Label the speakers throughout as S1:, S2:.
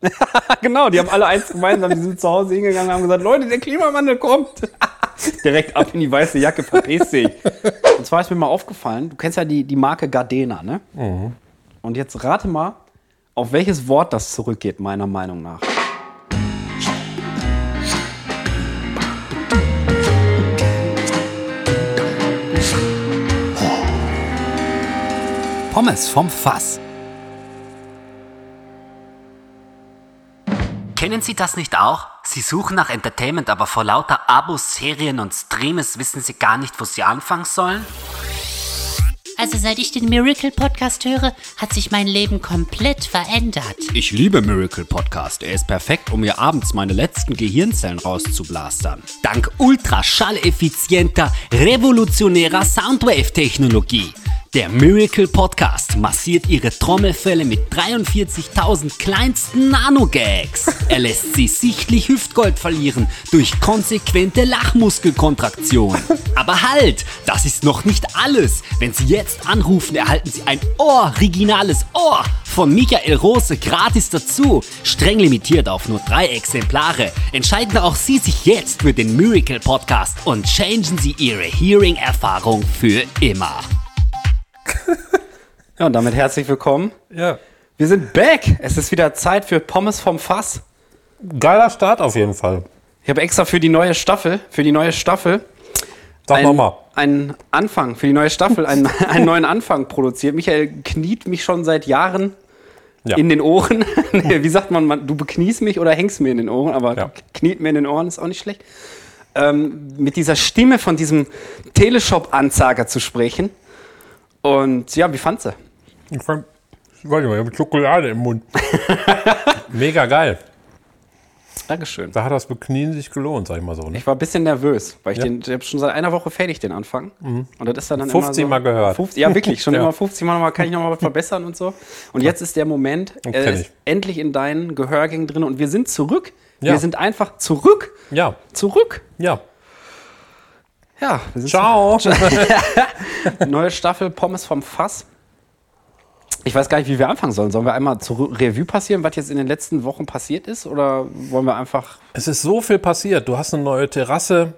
S1: genau, die haben alle eins gemeinsam, die sind zu Hause hingegangen und haben gesagt, Leute, der Klimawandel kommt. Direkt ab in die weiße Jacke, verpiss dich. Und zwar ist mir mal aufgefallen, du kennst ja die, die Marke Gardena, ne? Und jetzt rate mal, auf welches Wort das zurückgeht, meiner Meinung nach.
S2: Pommes vom Fass. Kennen Sie das nicht auch? Sie suchen nach Entertainment, aber vor lauter Abos, Serien und Streams wissen Sie gar nicht, wo Sie anfangen sollen?
S3: Also seit ich den Miracle Podcast höre, hat sich mein Leben komplett verändert.
S2: Ich liebe Miracle Podcast. Er ist perfekt, um mir abends meine letzten Gehirnzellen rauszublastern. Dank ultraschalleffizienter, revolutionärer Soundwave-Technologie. Der Miracle Podcast massiert ihre Trommelfälle mit 43.000 kleinsten Nanogags. Er lässt sie sichtlich Hüftgold verlieren durch konsequente Lachmuskelkontraktion. Aber halt, das ist noch nicht alles. Wenn Sie jetzt anrufen, erhalten Sie ein originales Ohr von Michael Rose gratis dazu. Streng limitiert auf nur drei Exemplare. Entscheiden auch Sie sich jetzt für den Miracle Podcast und changen Sie Ihre Hearing-Erfahrung für immer.
S1: Ja, und damit herzlich willkommen.
S4: Ja.
S1: Wir sind back. Es ist wieder Zeit für Pommes vom Fass.
S4: Geiler Start auf jeden Fall.
S1: Ich habe extra für die neue Staffel, für die neue Staffel
S4: Sag
S1: einen,
S4: nochmal.
S1: einen Anfang, für die neue Staffel einen, einen neuen Anfang produziert. Michael kniet mich schon seit Jahren
S4: Ja.
S1: in den Ohren. nee, wie sagt man, man, du bekniest mich oder hängst mir in den Ohren, aber
S4: Ja.
S1: kniet mir in den Ohren ist auch nicht schlecht. Ähm, mit dieser Stimme von diesem Teleshop-Ansager zu sprechen. Und ja, wie fandst du?
S4: Ich fand, warte mal, ich habe Schokolade im Mund. Mega geil.
S1: Dankeschön.
S4: Da hat das Beknien sich gelohnt, sag ich mal so. Ne?
S1: Ich war ein bisschen nervös, weil ich
S4: Ja.
S1: den ich hab schon seit einer Woche fertig den Anfang. Und das ist dann, dann
S4: 15 Mal
S1: immer so,
S4: gehört.
S1: 50, ja, wirklich, schon
S4: Ja.
S1: immer 50 Mal nochmal, kann ich nochmal was verbessern und so. Und jetzt ist der Moment,
S4: Und
S1: er
S4: kenn
S1: ist
S4: ich.
S1: endlich in deinen Gehörgängen drin und wir sind zurück.
S4: Ja.
S1: Wir sind einfach zurück,
S4: Ja,
S1: zurück.
S4: ja.
S1: Ja, wir sind
S4: Ciao.
S1: zurück. neue Staffel Pommes vom Fass. Ich weiß gar nicht, wie wir anfangen sollen. Sollen wir einmal zur Revue passieren, was jetzt in den letzten Wochen passiert ist? Oder wollen wir einfach.
S4: Es ist so viel passiert. Du hast eine neue Terrasse.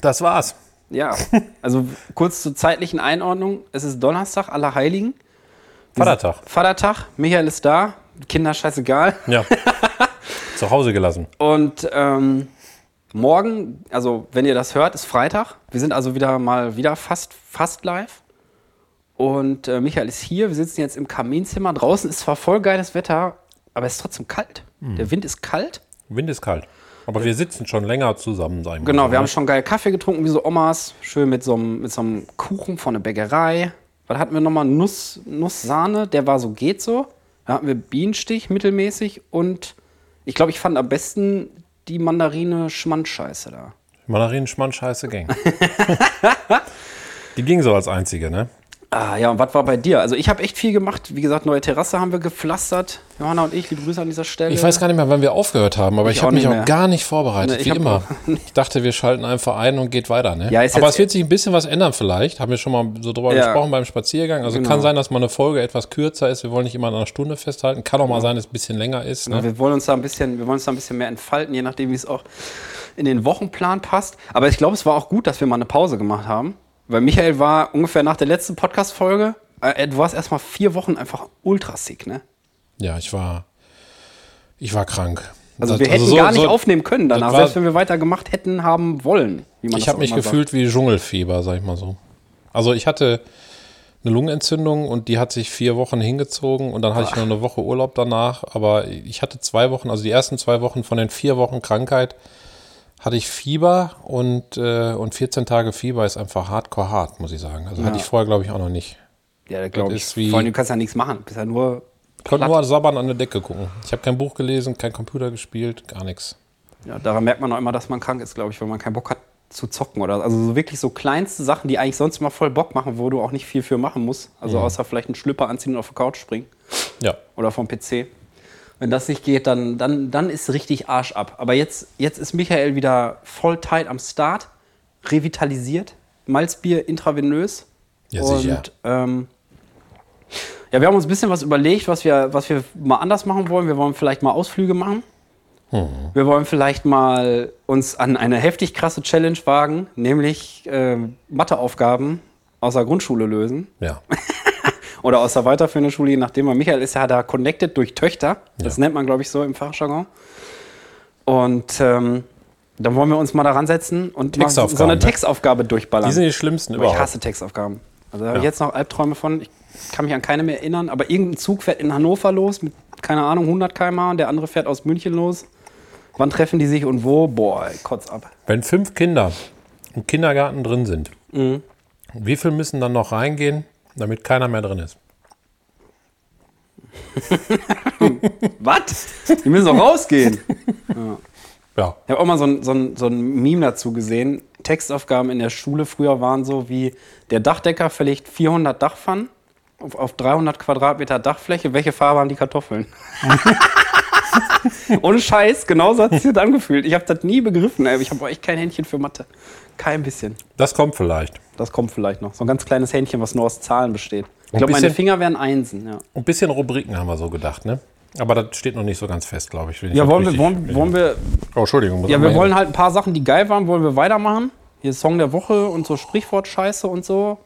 S4: Das war's.
S1: Ja, also kurz zur zeitlichen Einordnung. Es ist Donnerstag, Allerheiligen.
S4: Vatertag.
S1: Vatertag, Michael ist da, Kinder scheißegal.
S4: Ja. Zu Hause gelassen.
S1: Und ähm, morgen, also wenn ihr das hört, ist Freitag. Wir sind also wieder mal wieder fast, fast live. Und äh, Michael ist hier. Wir sitzen jetzt im Kaminzimmer. Draußen ist zwar voll geiles Wetter, aber es ist trotzdem kalt. Der Wind ist kalt.
S4: Wind ist kalt. Aber wir sitzen schon länger zusammen, sag ich mal.
S1: Genau,
S4: so, ne?
S1: wir haben schon geil Kaffee getrunken, wie so Omas. Schön mit so einem, mit so einem Kuchen von der Bäckerei. Was hatten wir nochmal? Nuss, Nusssahne, der war so, geht so. Da hatten wir Bienenstich mittelmäßig und ich glaube, ich fand am besten die Mandarine Schmandscheiße da.
S4: Mandarinenschmann-Scheiße Gang. Die ging so als einzige, ne?
S1: Ah ja, und was war bei dir? Also ich habe echt viel gemacht. Wie gesagt, neue Terrasse haben wir gepflastert. Johanna und ich, liebe Grüße an dieser Stelle.
S5: Ich weiß gar nicht mehr, wann wir aufgehört haben, aber ich,
S1: auch
S5: habe mich
S1: nicht
S5: auch
S1: mehr.
S5: gar nicht
S1: Nee,
S5: vorbereitet,
S1: ich
S5: wie
S1: hab
S5: immer.
S1: auch
S5: Ich dachte, wir schalten einfach ein und geht weiter. Ne?
S1: Ja, ist
S5: aber
S1: jetzt-
S5: es wird sich ein bisschen was ändern vielleicht, haben wir schon mal so drüber
S1: Ja. Genau.
S5: gesprochen beim Spaziergang. Also kann sein, dass mal eine Folge etwas kürzer ist, wir wollen nicht immer an einer Stunde festhalten. Kann auch mal sein, dass es ein bisschen länger ist. Ne?
S1: Genau, Wir wollen uns da ein bisschen, wir wollen uns da ein bisschen mehr entfalten, je nachdem, wie es auch in den Wochenplan passt. Aber ich glaube, es war auch gut, dass wir mal eine Pause gemacht haben. Weil Michael war ungefähr nach der letzten Podcast-Folge, äh, du warst erstmal vier Wochen einfach ultra sick, ne?
S5: Ja, ich war, ich war krank.
S1: Also
S5: Das-
S1: wir hätten
S5: so-
S1: gar nicht
S5: so-
S1: aufnehmen können danach,
S5: das war-
S1: selbst wenn wir weitergemacht hätten haben wollen. Wie man
S5: Ich
S1: das
S5: habe
S1: auch
S5: mich
S1: immer sagt.
S5: gefühlt wie Dschungelfieber, sag ich mal so. Also ich hatte eine Lungenentzündung und die hat sich vier Wochen hingezogen und dann hatte ich noch eine Woche Urlaub danach. Aber ich hatte zwei Wochen, also die ersten zwei Wochen von den vier Wochen Krankheit hatte ich Fieber und, äh, und 14 Tage Fieber ist einfach hardcore hart, muss ich sagen. Also hatte ich vorher, glaube ich, auch noch nicht.
S1: Ja, da glaube ich.
S5: ist wie-
S1: Vor allem, du kannst ja nichts machen. Du bist ja nur.
S5: Ich konnte
S1: platt.
S5: nur sabbern an der Decke gucken. Ich habe kein Buch gelesen, kein Computer gespielt, gar nichts.
S1: Ja, daran merkt man auch immer, dass man krank ist, glaube ich, wenn man keinen Bock hat zu zocken oder also so wirklich so kleinste Sachen, die eigentlich sonst mal voll Bock machen, wo du auch nicht viel für machen musst. Also außer vielleicht einen Schlüpper anziehen und auf die Couch springen
S5: Ja.
S1: oder vom PC. Wenn das nicht geht, dann, dann, dann ist richtig Arsch ab. Aber jetzt, jetzt ist Michael wieder voll tight am Start, revitalisiert, Malzbier intravenös.
S5: Ja,
S1: und
S5: sicher.
S1: Ähm, Ja, wir haben uns ein bisschen was überlegt, was wir, was wir mal anders machen wollen. Wir wollen vielleicht mal Ausflüge machen. Wir wollen vielleicht mal uns an eine heftig krasse Challenge wagen, nämlich äh, Matheaufgaben aus der Grundschule lösen
S5: Ja.
S1: oder aus der weiterführenden Schule, je nachdem. Weil Michael ist ja da connected durch Töchter. Das nennt man, glaube ich, so im Fachjargon. Und ähm, dann wollen wir uns mal daran setzen und mal so
S5: Textaufgaben,
S1: eine
S5: ne?
S1: Textaufgabe durchballern.
S5: Die sind die schlimmsten
S1: Aber ich
S5: überhaupt.
S1: hasse Textaufgaben. Also da habe ich jetzt noch Albträume von. Ich kann mich an keine mehr erinnern. Aber irgendein Zug fährt in Hannover los mit, keine Ahnung, 100 km/h und der andere fährt aus München los. Wann treffen die sich und wo? Boah, ey, kotz ab.
S5: Wenn fünf Kinder im Kindergarten drin sind, wie viel müssen dann noch reingehen, damit keiner mehr drin ist?
S1: Was? Die müssen doch rausgehen.
S5: Ja.
S1: Ich habe auch mal so ein, so, ein, so ein Meme dazu gesehen. Textaufgaben in der Schule früher waren so wie: der Dachdecker verlegt 400 Dachpfannen auf, auf 300 Quadratmeter Dachfläche. Welche Farbe haben die Kartoffeln? Ohne Scheiß, genauso hat es sich das angefühlt. Ich habe das nie begriffen. ey. Ich habe echt kein Händchen für Mathe. Kein bisschen.
S5: Das kommt vielleicht.
S1: Das kommt vielleicht noch. So ein ganz kleines Händchen, was nur aus Zahlen besteht. Ich
S5: Ein
S1: glaube, meine
S5: bisschen-
S1: Finger wären Einsen. Ja,
S5: Ein bisschen Rubriken haben wir so gedacht, ne? Aber das steht noch nicht so ganz fest, glaube ich. wenn ich
S1: ja
S5: das
S1: wollen, wir,
S5: richtig-
S1: wollen, wollen wir
S5: Oh, Entschuldigung. muss
S1: Ja,
S5: ich
S1: wir
S5: mal-
S1: wollen halt ein paar Sachen, die geil waren, wollen wir weitermachen. Hier Song der Woche und so Sprichwortscheiße und so.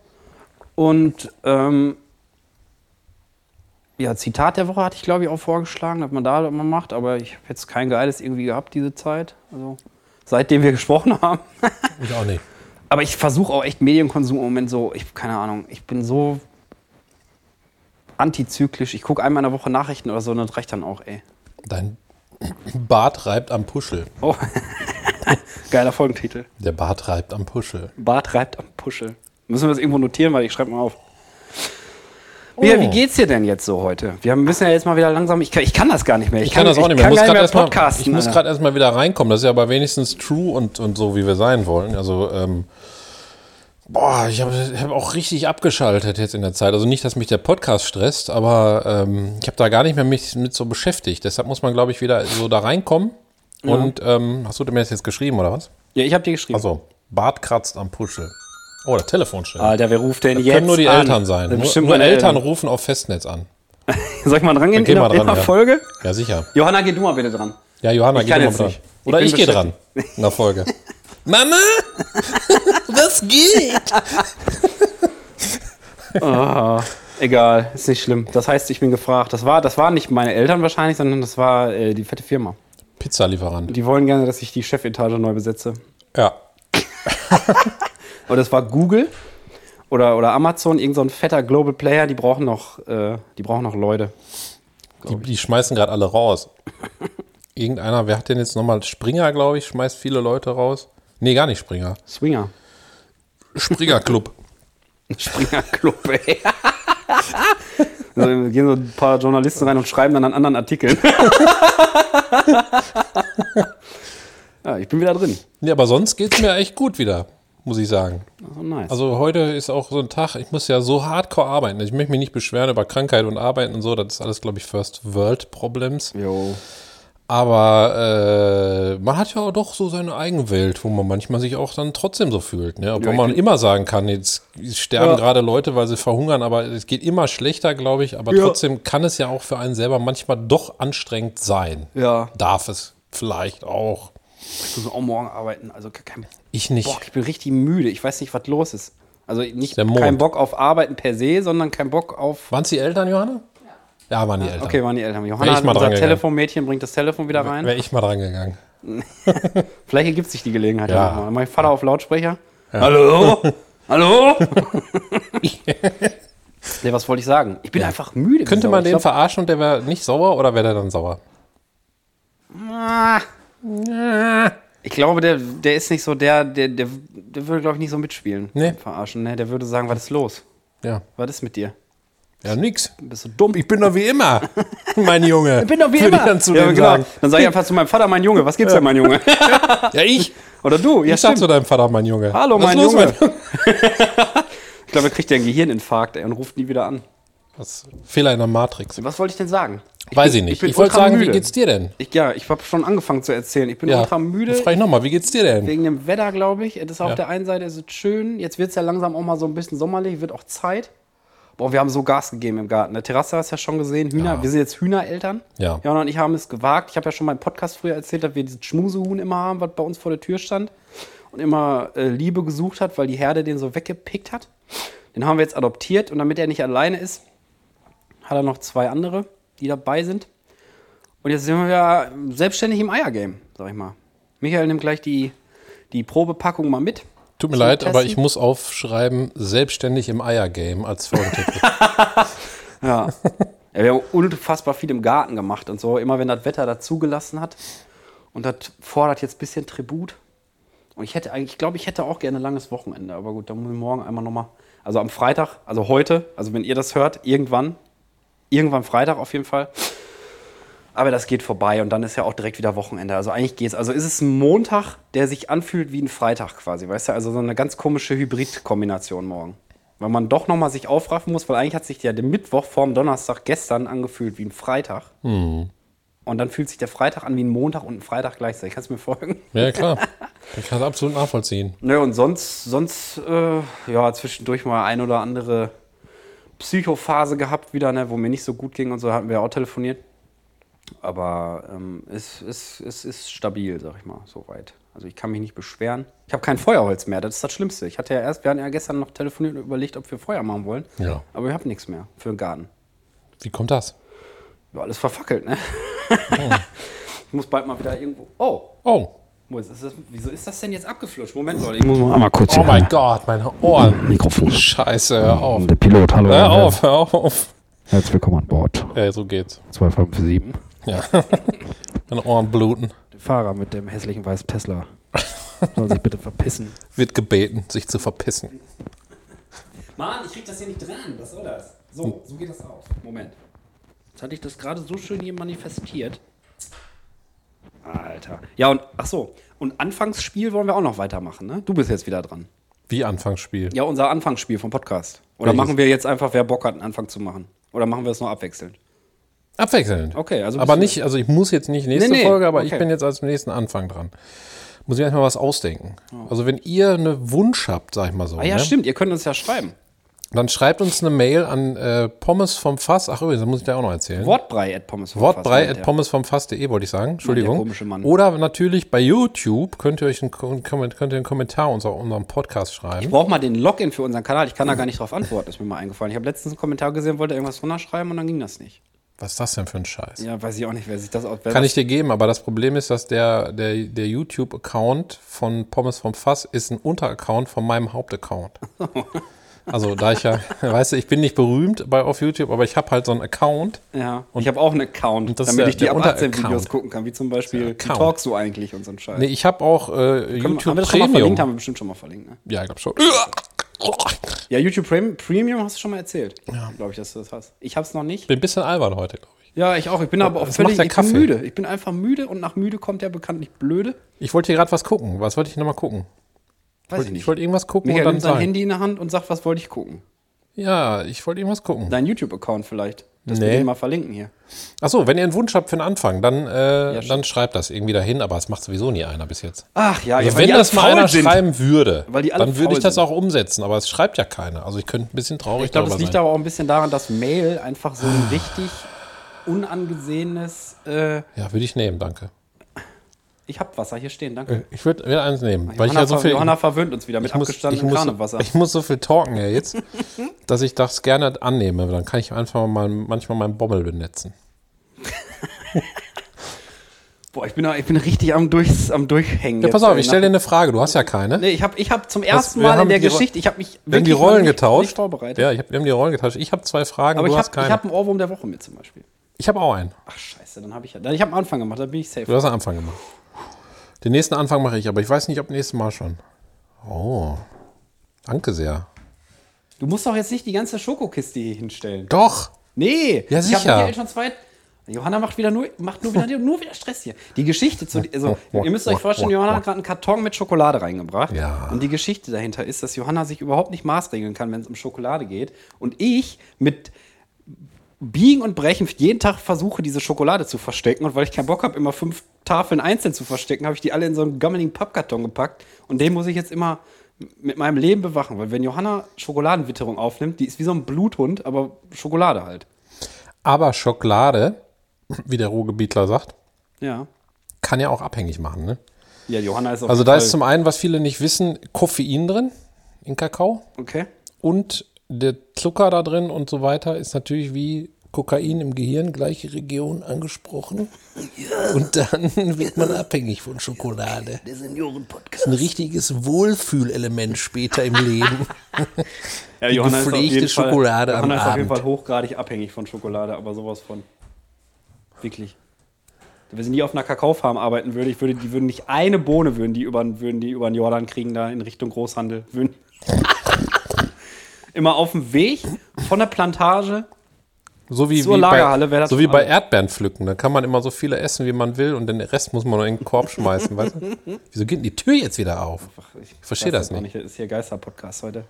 S1: Und ähm, ja, Zitat der Woche hatte ich, glaube ich, auch vorgeschlagen, dass man da das mal macht, aber ich habe jetzt kein geiles irgendwie gehabt diese Zeit. Also seitdem wir gesprochen haben.
S5: Ich auch nicht.
S1: Aber ich versuche auch echt Medienkonsum im Moment so, ich keine Ahnung, ich bin so antizyklisch. Ich gucke einmal in der Woche Nachrichten oder so und das reicht dann auch, ey.
S5: Dein Bart reibt am Puschel.
S1: Oh. Geiler Folgentitel.
S5: Der Bart reibt am Puschel.
S1: Bart reibt am Puschel. Müssen wir das irgendwo notieren, weil ich schreibe mal auf.
S5: Oh.
S1: Mia, wie geht's dir denn jetzt so heute? Wir müssen ja jetzt mal wieder langsam. Ich kann, ich kann das gar nicht mehr.
S5: Ich kann, das auch nicht mehr.
S1: Ich
S5: Ich muss
S1: kann
S5: gerade
S1: gar nicht mehr
S5: erstmal
S1: podcasten.
S5: ich muss
S1: Alter.
S5: gerade erstmal wieder reinkommen. Das ist ja aber wenigstens true und, und so, wie wir sein wollen. Also, ähm, boah, ich habe hab auch richtig abgeschaltet jetzt in der Zeit. Also nicht, dass mich der Podcast stresst, aber ähm, ich habe da gar nicht mehr mich mit so beschäftigt. Deshalb muss man, glaube ich, wieder so da reinkommen. Und ähm, hast du mir das jetzt geschrieben oder was?
S1: ja, ich habe dir geschrieben.
S5: Also Bart kratzt am Puschel. Oh, das Telefon steht.
S1: Alter, wer ruft denn Ah, jetzt?
S5: Können nur die
S1: an?
S5: Eltern sein.
S1: Das
S5: Nur,
S1: bestimmt
S5: nur
S1: meine
S5: Eltern
S1: Eltern.
S5: rufen auf Festnetz an.
S1: Soll ich mal dran gehen?
S5: geh
S1: in
S5: mal
S1: der- in
S5: dran,
S1: der
S5: ja.
S1: Folge?
S5: Ja, sicher.
S1: Johanna, geh du mal bitte dran.
S5: Ja, Johanna,
S1: Ich
S5: geh
S1: kann
S5: doch mal
S1: jetzt
S5: dran.
S1: nicht. Ich
S5: Oder
S1: bin
S5: ich, gehe dran. In der Folge. Mama, was geht?
S1: Egal, ist nicht schlimm. Das heißt, ich bin gefragt. Das war, das waren nicht meine Eltern wahrscheinlich, sondern das war äh, die fette Firma.
S5: Pizzalieferant.
S1: Die wollen gerne, dass ich die Chefetage neu besetze.
S5: Ja.
S1: Oder das war Google oder, oder Amazon, irgend so ein fetter Global Player, die brauchen noch, äh, die brauchen noch Leute.
S5: Die, die schmeißen gerade alle raus. Irgendeiner, wer hat denn jetzt nochmal? Springer, glaube ich, schmeißt viele Leute raus. Nee, gar nicht Springer.
S1: Swinger.
S5: Springer Club.
S1: Springer Club, ey. Also, gehen so ein paar Journalisten rein und schreiben dann an anderen Artikeln. ja, ich bin wieder drin.
S5: Nee, aber sonst geht's mir echt gut wieder, muss ich sagen.
S1: Also nice.
S5: Also heute ist auch so ein Tag, ich muss ja so hardcore arbeiten. Ich möchte mich nicht beschweren über Krankheit und Arbeiten und so. Das ist alles, glaube ich, First World Problems.
S1: Jo.
S5: Aber äh, man hat ja auch doch so seine eigene Welt, wo man manchmal sich auch dann trotzdem so fühlt. Ne? Obwohl
S1: ich
S5: man
S1: bin-
S5: immer sagen kann, jetzt sterben gerade Leute, weil sie verhungern, aber es geht immer schlechter, glaube ich. Aber trotzdem kann es ja auch für einen selber manchmal doch anstrengend sein.
S1: Ja.
S5: Darf es vielleicht auch.
S1: Ich muss auch morgen arbeiten. Also kein
S5: Ich nicht.
S1: Bock, ich bin richtig müde. Ich weiß nicht, was los ist. Also nicht
S5: Der Mond.
S1: kein Bock auf Arbeiten per se, sondern kein Bock auf
S5: Waren es die Eltern, Johanna? Ja, waren die Eltern.
S1: Okay, waren die Eltern. Johanna
S5: ich
S1: hat
S5: mal
S1: unser
S5: dran gegangen.
S1: Telefonmädchen, bringt das Telefon wieder rein.
S5: Wäre ich mal dran gegangen.
S1: Vielleicht ergibt sich die Gelegenheit ja
S5: Ja.
S1: nochmal. Dann mach ich Vater auf Lautsprecher. Hallo? Hallo? nee, was wollte ich sagen? Ich bin einfach müde.
S5: Könnte
S1: Sau.
S5: man
S1: Ich
S5: den
S1: glaub-
S5: verarschen und der wäre nicht sauer oder wäre der dann sauer?
S1: Ah.
S5: Ah.
S1: Ich glaube, der, der ist nicht so der, der, der, der würde, glaube ich, nicht so mitspielen.
S5: Nee.
S1: Verarschen, ne? Der würde sagen, was ist los?
S5: Ja.
S1: Was ist mit dir?
S5: Ja, nix.
S1: Bist du dumm?
S5: Ich bin doch wie immer, mein Junge. Ich
S1: Würde
S5: Ich dann zu
S1: ja,
S5: dem
S1: genau.
S5: sagen.
S1: Dann sage ich einfach zu meinem Vater, mein Junge, was gibt's denn, mein Junge?
S5: Ja, ich.
S1: Oder du, ja,
S5: Ich sag
S1: stimmt.
S5: zu deinem Vater, mein Junge.
S1: Hallo,
S5: Was
S1: mein
S5: ist los
S1: Junge.
S5: mit-
S1: ich glaube, er kriegt ja einen Gehirninfarkt ey, und ruft nie wieder an.
S5: Was? Fehler in der Matrix.
S1: Was wollte ich denn sagen?
S5: Weiß
S1: bin- ich
S5: ich nicht.
S1: bin
S5: Ich, wollte
S1: ultra
S5: sagen,
S1: müde.
S5: wie geht's dir denn?
S1: Ich, ja, ich habe schon angefangen zu erzählen. Ich bin ultra müde.
S5: Dann frag ich nochmal, wie geht's dir denn?
S1: Wegen dem Wetter, glaube ich. Das ist auf
S5: Ja.
S1: der einen Seite ist es schön. Jetzt wird es ja langsam auch mal so ein bisschen sommerlich, wird auch Zeit. Boah, wir haben so Gas gegeben im Garten. Der Terrasse hast du ja schon gesehen. Hühner, wir sind jetzt Hühnereltern.
S5: Ja.
S1: Jana und ich haben es gewagt. Ich habe ja schon mal im Podcast früher erzählt, dass wir dieses Schmusehuhn immer haben, was bei uns vor der Tür stand und immer äh, Liebe gesucht hat, weil die Herde den so weggepickt hat. Den haben wir jetzt adoptiert und damit er nicht alleine ist, hat er noch zwei andere, die dabei sind. Und jetzt sind wir ja selbstständig im Eiergame, sag ich mal. Michael nimmt gleich die, die Probepackung mal mit.
S5: Tut mir leid, aber ich
S1: testen?
S5: muss aufschreiben, selbstständig im Eiergame als Folgentitel.
S1: Ja. ja wir haben unfassbar viel im Garten gemacht und so. Immer wenn das Wetter das zugelassen hat. Und das fordert jetzt ein bisschen Tribut. Und ich hätte eigentlich, ich glaube, ich hätte auch gerne ein langes Wochenende. Aber gut, dann muss ich morgen einmal nochmal. Also am Freitag, also heute, also wenn ihr das hört, irgendwann. Irgendwann Freitag auf jeden Fall. Aber das geht vorbei und dann ist ja auch direkt wieder Wochenende. Also eigentlich geht's. Also ist es ein Montag, der sich anfühlt wie ein Freitag quasi, weißt du? Also so eine ganz komische Hybrid-Kombination morgen. Weil man doch nochmal sich aufraffen muss, weil eigentlich hat sich ja der Mittwoch vorm Donnerstag gestern angefühlt wie ein Freitag. Und dann fühlt sich der Freitag an wie ein Montag und ein Freitag gleichzeitig. Kannst du mir folgen?
S5: ja, klar. Ich kann es absolut nachvollziehen.
S1: Nö, Ne, und sonst, sonst, äh, ja, zwischendurch mal ein oder andere Psychophase gehabt wieder, ne, wo mir nicht so gut ging und so, hatten wir auch telefoniert. Aber ähm, es, es, es ist stabil, sag ich mal, soweit. Also ich kann mich nicht beschweren. Ich habe kein Feuerholz mehr, das ist das Schlimmste. Ich hatte ja erst, wir hatten ja gestern noch telefoniert und überlegt, ob wir Feuer machen wollen.
S5: Ja.
S1: Aber ich habe nichts mehr für den Garten.
S5: Wie kommt das?
S1: Ja, alles verfackelt, ne? ich muss bald mal wieder irgendwo. Oh,
S5: Oh,
S1: wo ist das? Wieso ist das denn jetzt abgeflutscht? Moment, Leute, ich muss mal einmal kurz.
S5: oh mein Gott, meine Ohren.
S1: Mikrofon.
S5: Scheiße, hör auf.
S1: Der Pilot, hallo.
S5: Hör auf, hör auf.
S1: Herzlich willkommen an Bord.
S5: Ja, so geht's.
S1: 257.
S5: Ja. Meine Ohren bluten.
S1: Der Fahrer mit dem hässlichen weißen Tesla. Soll sich bitte verpissen.
S5: Wird gebeten, sich zu verpissen.
S1: Mann, ich krieg das hier nicht dran. Was soll das? So, so geht das auf. Moment. Jetzt hatte ich das gerade so schön hier manifestiert. Alter. Ja, und ach so. Und Anfangsspiel wollen wir auch noch weitermachen, ne? Du bist jetzt wieder dran.
S5: Wie Anfangsspiel.
S1: Ja, unser Anfangsspiel vom Podcast. Oder
S5: Welches?
S1: machen wir jetzt einfach, wer Bock hat, einen Anfang zu machen? Oder machen wir es noch abwechselnd?
S5: Abwechselnd.
S1: Okay, also
S5: aber
S1: bist
S5: nicht, also ich muss jetzt nicht nächste
S1: Nee, nee,
S5: Folge, aber ich
S1: okay.
S5: bin jetzt als nächsten Anfang dran. Muss ich erstmal was ausdenken. Also wenn ihr einen Wunsch habt, sag ich mal so,
S1: Oh. Ah ja,
S5: ne,
S1: stimmt. Ihr könnt uns ja schreiben.
S5: dann schreibt uns eine Mail an äh, Pommes vom Fass. Ach übrigens, das muss ich dir auch noch erzählen.
S1: Wortbrei at Pommes.
S5: Wortbrei at
S1: Ja.
S5: pommesvomfass.de wollte ich sagen. Entschuldigung.
S1: der komische Mann.
S5: Oder natürlich bei YouTube könnt ihr euch einen, Kom- Komment- könnt ihr einen Kommentar unter unserem Podcast
S1: Ich
S5: schreiben.
S1: brauche mal den Login für unseren Kanal. Ich kann da gar nicht drauf antworten, ist mir mal eingefallen. Ich habe letztens einen Kommentar gesehen, wollte irgendwas runterschreiben und dann ging das nicht.
S5: Was ist das denn für ein Scheiß?
S1: Ja, weiß ich auch nicht, wer sich das aus.
S5: Kann ich dir geben, aber das Problem ist, dass der, der, der YouTube-Account von Pommes vom Fass ist ein Unteraccount von meinem Hauptaccount. Also da ich ja, weißt du, ich bin nicht berühmt bei auf YouTube, aber ich habe halt so einen Account.
S1: Ja, und ich habe auch einen Account,
S5: Und das ist
S1: damit
S5: der-
S1: ich die
S5: der
S1: ab 18
S5: Unteraccount.
S1: Videos gucken kann, wie zum Beispiel
S5: Das ist
S1: die
S5: der Account.
S1: talkst du eigentlich und so ein Scheiß.
S5: Nee, ich habe auch äh,
S1: Können wir- haben
S5: YouTube
S1: wir das schon mal verlinkt? Haben
S5: Premium.
S1: wir bestimmt schon mal verlinkt. Ne?
S5: Ja, ich glaube schon.
S1: Ja, YouTube Prem- Premium hast du schon mal erzählt. Ja. Glaube ich, dass du das hast. Ich habe es noch nicht.
S5: Bin ein bisschen albern heute, glaube ich.
S1: Ja, ich auch. Ich bin aber auch
S5: Was
S1: völlig
S5: macht der
S1: ich bin
S5: Kaffee?
S1: müde. Ich bin einfach müde und nach müde kommt ja bekanntlich blöde.
S5: Ich wollte hier gerade was gucken. Was wollte ich nochmal gucken?
S1: Weiß ich
S5: Ich
S1: nicht.
S5: wollte irgendwas gucken
S1: Michael
S5: und
S1: nimmt
S5: dann
S1: sein
S5: sagen.
S1: Handy in der Hand und sagt, was wollte ich gucken?
S5: Ja, ich wollte irgendwas gucken.
S1: Dein YouTube-Account vielleicht. Dass wir
S5: Nee.
S1: den mal verlinken hier.
S5: Achso, wenn ihr einen Wunsch habt für den Anfang, dann, äh,
S1: Ja,
S5: dann schreibt das irgendwie dahin, aber es macht sowieso nie einer bis jetzt.
S1: Ach ja,
S5: Also
S1: weil
S5: wenn
S1: die alle
S5: das mal
S1: faul
S5: einer
S1: sind.
S5: schreiben würde,
S1: Weil die alle
S5: dann würde
S1: faul
S5: ich das
S1: sind.
S5: auch umsetzen, aber es schreibt ja keiner. Also ich könnte ein bisschen traurig
S1: Ich glaube, es
S5: darüber
S1: liegt
S5: sein. Ah.
S1: aber auch ein bisschen daran, dass Mail einfach so ein richtig unangesehenes äh,
S5: Ja, würde ich nehmen, danke.
S1: Ich hab Wasser hier stehen, danke.
S5: Ich würde würd eins nehmen, Äh, weil ich
S1: Johanna,
S5: ja so
S1: ver-
S5: viel
S1: Johanna verwöhnt uns wieder mit
S5: ich muss, ich,
S1: abgestandenem
S5: muss,
S1: Kranewasser.
S5: ich muss so viel talken ja jetzt, dass ich das gerne annehme. Dann kann ich einfach mal manchmal meinen Bommel benetzen.
S1: Boah, ich bin, ich bin richtig am, durchs, am Durchhängen.
S5: Ja,
S1: jetzt,
S5: pass auf,
S1: ey,
S5: ich stelle dir
S1: nach-
S5: eine Frage. Du hast ja keine.
S1: Nee, ich hab, ich hab zum ersten
S5: wir
S1: Mal in
S5: haben
S1: der
S5: die Ro-
S1: Geschichte, ich hab mich
S5: wir haben die
S1: wirklich
S5: Rollen
S1: nicht,
S5: getauscht.
S1: Nicht vorbereitet.
S5: Ja, ich hab, wir haben die Rollen getauscht. Ich habe zwei Fragen,
S1: Aber
S5: du
S1: ich
S5: hast
S1: hab,
S5: keine.
S1: ich hab einen Ohrwurm der Woche mit zum Beispiel.
S5: ich hab auch einen.
S1: Ach, scheiße, dann hab ich ja. dann- Ich hab am Anfang gemacht, dann bin ich
S5: Du
S1: safe.
S5: hast einen Anfang gemacht. Den nächsten Anfang mache ich, aber ich weiß nicht, ob nächstes Mal schon. Oh, danke sehr.
S1: Du musst doch jetzt nicht die ganze Schokokiste hier hinstellen.
S5: Doch.
S1: Nee,
S5: Ja,
S1: ich hab
S5: sicher.
S1: Michael schon zwei. Johanna macht wieder nur, macht nur wieder, nur wieder Stress hier. Die Geschichte zu, also ihr müsst euch vorstellen, Johanna hat gerade einen Karton mit Schokolade reingebracht.
S5: Ja.
S1: Und die Geschichte dahinter ist, dass Johanna sich überhaupt nicht maßregeln kann, wenn es um Schokolade geht. Und ich mit Biegen und Brechen jeden Tag versuche, diese Schokolade zu verstecken. Und weil ich keinen Bock habe, immer fünf Tafeln einzeln zu verstecken, habe ich die alle in so einen gammeligen Pappkarton gepackt. Und den muss ich jetzt immer mit meinem Leben bewachen, weil wenn Johanna Schokoladenwitterung aufnimmt, die ist wie so ein Bluthund, aber Schokolade halt.
S5: Aber Schokolade, wie der Ruhrgebietler sagt,
S1: Ja.
S5: kann ja auch abhängig machen. Ne?
S1: Ja, Johanna ist auf
S5: Also
S1: jeden
S5: da
S1: Fall-
S5: ist zum einen, was viele nicht wissen, Koffein drin in Kakao
S1: Okay.
S5: und der Zucker da drin und so weiter ist natürlich wie Kokain im Gehirn, gleiche Region angesprochen. Und dann wird man abhängig von Schokolade. Der Senioren-Podcast. ist ein richtiges Wohlfühlelement später im Leben.
S1: Ja,
S5: Die
S1: Johanna ist auf
S5: gepflegte
S1: jeden Fall,
S5: Schokolade am
S1: Johanna ist auf jeden
S5: Abend.
S1: Fall hochgradig abhängig von Schokolade, aber sowas von. Wirklich. Wenn sie nie auf einer Kakaofarm arbeiten würde, ich würde, die würden nicht eine Bohne würden die über, würden die über den Jordan kriegen da in Richtung Großhandel. Würden Immer auf dem Weg von der Plantage.
S5: So wie,
S1: Zur
S5: wie
S1: Lagerhalle
S5: bei,
S1: wäre das
S5: so wie
S1: schon
S5: bei
S1: alles.
S5: Erdbeeren pflücken. Da kann man immer so viele essen, wie man will, und den Rest muss man nur in den Korb schmeißen. weißt du? Wieso geht denn die Tür jetzt wieder auf?
S1: Ich
S5: verstehe
S1: weiß
S5: das
S1: auch
S5: nicht.
S1: Das ist hier Geister-Podcast heute.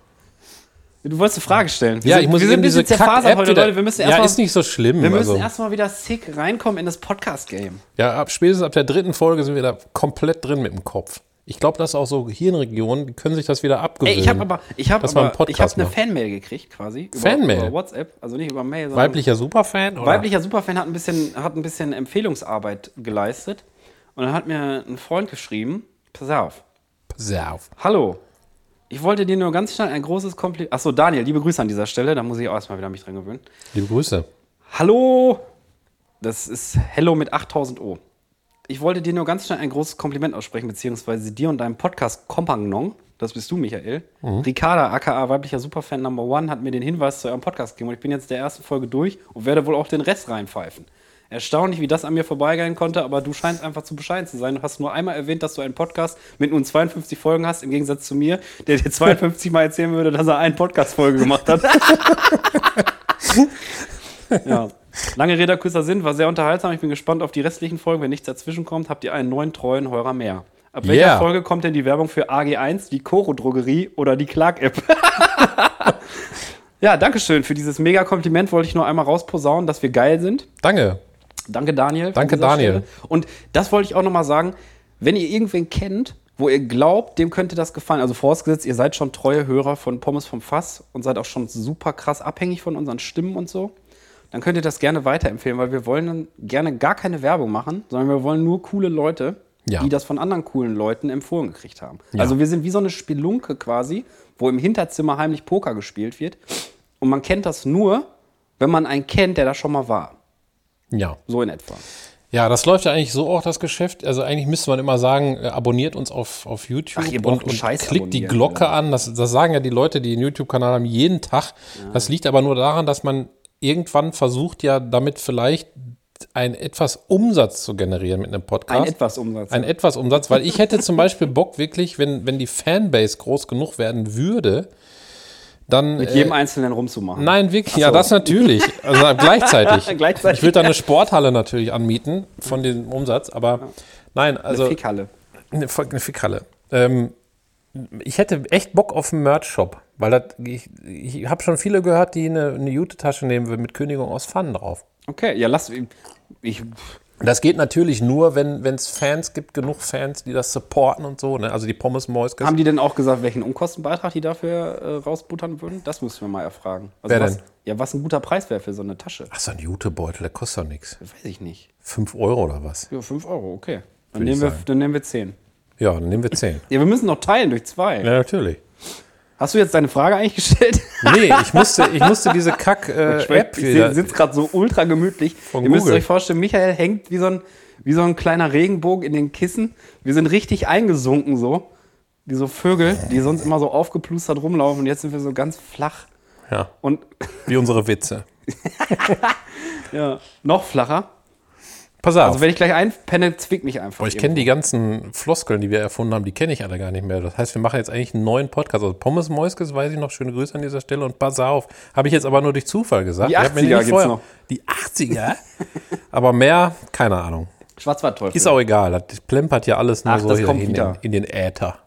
S1: Du wolltest eine Frage stellen. Wir
S5: Ja,
S1: sind-
S5: ich muss
S1: wir sind
S5: eben
S1: ein
S5: diese
S1: bisschen zerfasert
S5: Kack-App
S1: heute,
S5: wieder.
S1: Leute. Wir müssen
S5: ja,
S1: erstmal
S5: ist nicht so schlimm.
S1: wir müssen
S5: also.
S1: erstmal wieder sick reinkommen in das Podcast-Game.
S5: Ja, ab, spätestens ab der dritten Folge sind wir da komplett drin mit dem Kopf. Ich glaube, das ist auch so Hirnregionen, die können sich das wieder
S1: Ey,
S5: abgewöhnen.
S1: ich habe aber, ich habe
S5: dass man einen
S1: aber, ich habe
S5: Podcast
S1: eine
S5: macht.
S1: Fanmail gekriegt quasi. Über,
S5: Fanmail?
S1: Über WhatsApp, also nicht über Mail, sondern
S5: Weiblicher Superfan? Oder?
S1: weiblicher Superfan hat ein bisschen, hat ein bisschen Empfehlungsarbeit geleistet und dann hat mir ein Freund geschrieben, pass auf,
S5: Pass auf.
S1: hallo, ich wollte dir nur ganz schnell ein großes Kompliment. Achso, Daniel, liebe Grüße an dieser Stelle, da muss ich auch erstmal wieder mich dran gewöhnen.
S5: Liebe Grüße.
S1: Hallo! Das ist Hello mit 8000 O. Ich wollte dir nur ganz schnell ein großes Kompliment aussprechen, beziehungsweise dir und deinem Podcast Kompagnon, das bist du, Michael. Ricarda, aka weiblicher Superfan Number One, hat mir den Hinweis zu eurem Podcast gegeben und ich bin jetzt der ersten Folge durch und werde wohl auch den Rest reinpfeifen. Erstaunlich, wie das an mir vorbeigehen konnte, aber du scheinst einfach zu bescheiden zu sein. Du hast nur einmal erwähnt, dass du einen Podcast mit nun 52 Folgen hast, im Gegensatz zu mir, der dir 52 Mal erzählen würde, dass er eine Podcast-Folge gemacht hat. Ja. Lange Rede, kurzer Sinn, war sehr unterhaltsam. Ich bin gespannt auf die restlichen Folgen. Wenn nichts dazwischen kommt, habt ihr einen neuen treuen Heurer mehr. Ab welcher
S5: Yeah.
S1: Folge kommt denn die Werbung für AG1, die Koro-Drogerie oder die Clark-App? ja, Dankeschön für dieses mega Kompliment. Wollte ich nur einmal rausposaunen, dass wir geil sind.
S5: Danke.
S1: Danke, Daniel.
S5: Danke,
S1: an dieser
S5: Daniel.
S1: Stelle. Und das wollte ich auch nochmal sagen, wenn ihr irgendwen kennt, wo ihr glaubt, dem könnte das gefallen, also vorausgesetzt, ihr seid schon treue Hörer von Pommes vom Fass und seid auch schon super krass abhängig von unseren Stimmen und so, dann könnt ihr das gerne weiterempfehlen, weil wir wollen dann gerne gar keine Werbung machen, sondern wir wollen nur coole Leute,
S5: Ja.
S1: die das von anderen coolen Leuten empfohlen gekriegt haben. Also wir sind wie so eine Spelunke quasi, wo im Hinterzimmer heimlich Poker gespielt wird. Und man kennt das nur, wenn man einen kennt, der da schon mal war.
S5: Ja.
S1: So in etwa.
S5: Ja, das läuft ja eigentlich so auch das Geschäft. Also eigentlich müsste man immer sagen, äh, abonniert uns auf, auf YouTube
S1: Ach, ihr braucht
S5: und,
S1: einen
S5: und
S1: Scheiß
S5: klickt die
S1: abonnieren,
S5: Glocke an. Das, das sagen ja die Leute, die einen YouTube-Kanal haben, jeden Tag. Das liegt aber nur daran, dass man irgendwann versucht ja damit vielleicht ein etwas Umsatz zu generieren mit einem Podcast.
S1: Ein etwas Umsatz.
S5: Ein etwas Umsatz, weil ich hätte zum Beispiel Bock wirklich, wenn, wenn die Fanbase groß genug werden würde, dann. äh,
S1: mit jedem Einzelnen rumzumachen.
S5: nein, wirklich,
S1: Ach
S5: ja,
S1: so.
S5: das natürlich. Also gleichzeitig.
S1: Gleichzeitig,
S5: Ich würde da eine Sporthalle natürlich anmieten von dem Umsatz, aber nein, also.
S1: eine Fickhalle.
S5: Eine, Fick- eine Fickhalle. Ähm, ich hätte echt Bock auf einen Merch-Shop, weil das, ich, ich habe schon viele gehört, die eine, eine Jute-Tasche nehmen würden mit Kündigung aus Pfannen drauf.
S1: Okay, ja, lass. Ich,
S5: Das geht natürlich nur, wenn es Fans gibt, genug Fans, die das supporten und so. Ne? Also die Pommes Moiskes.
S1: haben die denn auch gesagt, welchen Unkostenbeitrag die dafür äh, rausbuttern würden? Das müssen wir mal erfragen. Also
S5: Wer
S1: was,
S5: denn?
S1: Ja, was ein guter Preis wäre für so eine Tasche.
S5: Ach, so ein Jutebeutel, der kostet doch nichts.
S1: Weiß ich nicht.
S5: 5 Euro oder was?
S1: Ja, 5 Euro, okay. Dann
S5: Würde ich
S1: nehmen, wir,
S5: sagen.
S1: dann nehmen wir 10.
S5: Ja, dann nehmen wir 10.
S1: Ja, wir müssen noch teilen durch zwei.
S5: Ja, natürlich.
S1: Hast du jetzt deine Frage eigentlich gestellt?
S5: Nee, ich musste, ich musste diese Kack-App
S1: ich
S5: wieder.
S1: sitze gerade so ultra gemütlich. Ihr
S5: Von
S1: müsst
S5: Google.
S1: euch vorstellen, Michael hängt wie so, ein, wie so ein kleiner Regenbogen in den Kissen. Wir sind richtig eingesunken so. Wie so Vögel, die sonst immer so aufgeplustert rumlaufen. Und jetzt sind wir so ganz flach.
S5: ja,
S1: Und
S5: wie unsere Witze.
S1: ja, noch flacher.
S5: Pass auf.
S1: Also wenn ich gleich einpenne, zwickt mich einfach.
S5: Boah, ich kenne die ganzen Floskeln, die wir erfunden haben, die kenne ich alle gar nicht mehr. Das heißt, wir machen jetzt eigentlich einen neuen Podcast. Also Pommes Moiskes weiß ich noch, schöne Grüße an dieser Stelle und pass auf. Habe ich jetzt aber nur durch Zufall gesagt.
S1: Die
S5: Ich hab
S1: 80er
S5: mir nicht
S1: gibt's
S5: vorher-
S1: noch.
S5: Die 80er? aber mehr, keine Ahnung.
S1: Schwarzwaldteufel.
S5: Ist auch egal. Das plempert ja alles nur
S1: Ach,
S5: so
S1: das
S5: hier
S1: kommt
S5: in, den,
S1: wieder.
S5: in den Äther.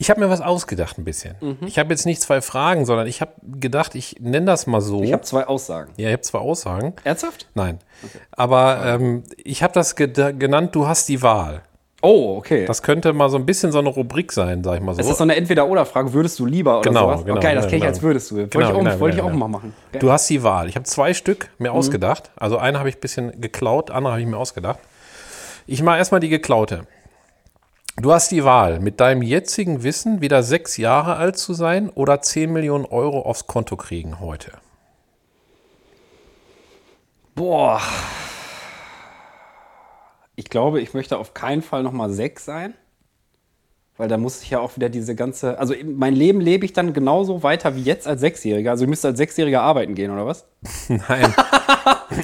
S5: Ich habe mir was ausgedacht ein bisschen.
S1: Mhm.
S5: Ich habe jetzt nicht zwei Fragen, sondern ich habe gedacht, ich nenne das mal so.
S1: Ich habe zwei Aussagen.
S5: ja, ich habe zwei Aussagen.
S1: Ernsthaft?
S5: Nein. Aber ähm, ich habe das ged- genannt, du hast die Wahl.
S1: Oh, okay.
S5: Das könnte mal so ein bisschen so eine Rubrik sein, sag ich mal so.
S1: ist das so eine Entweder-Oder-Frage? Würdest du lieber oder
S5: Genau,
S1: sowas?
S5: genau,
S1: okay, das
S5: ja,
S1: kenne ich
S5: genau.
S1: als würdest du. Wollte
S5: Genau,
S1: ich auch,
S5: genau,
S1: wollte
S5: genau,
S1: ich auch
S5: genau.
S1: mal machen. Okay.
S5: Du hast die Wahl. Ich habe zwei Stück mir ausgedacht. Also eine habe ich ein bisschen geklaut, andere habe ich mir ausgedacht. Ich mache erstmal die geklaute. Du hast die Wahl, mit deinem jetzigen Wissen wieder sechs Jahre alt zu sein oder 10 Millionen Euro aufs Konto kriegen heute.
S1: Boah. Ich glaube, ich möchte auf keinen Fall nochmal sechs sein. Weil da muss ich ja auch wieder diese ganze. Also mein Leben lebe ich dann genauso weiter wie jetzt als Sechsjähriger. Also ich müsste als Sechsjähriger arbeiten gehen, oder was?
S5: Nein.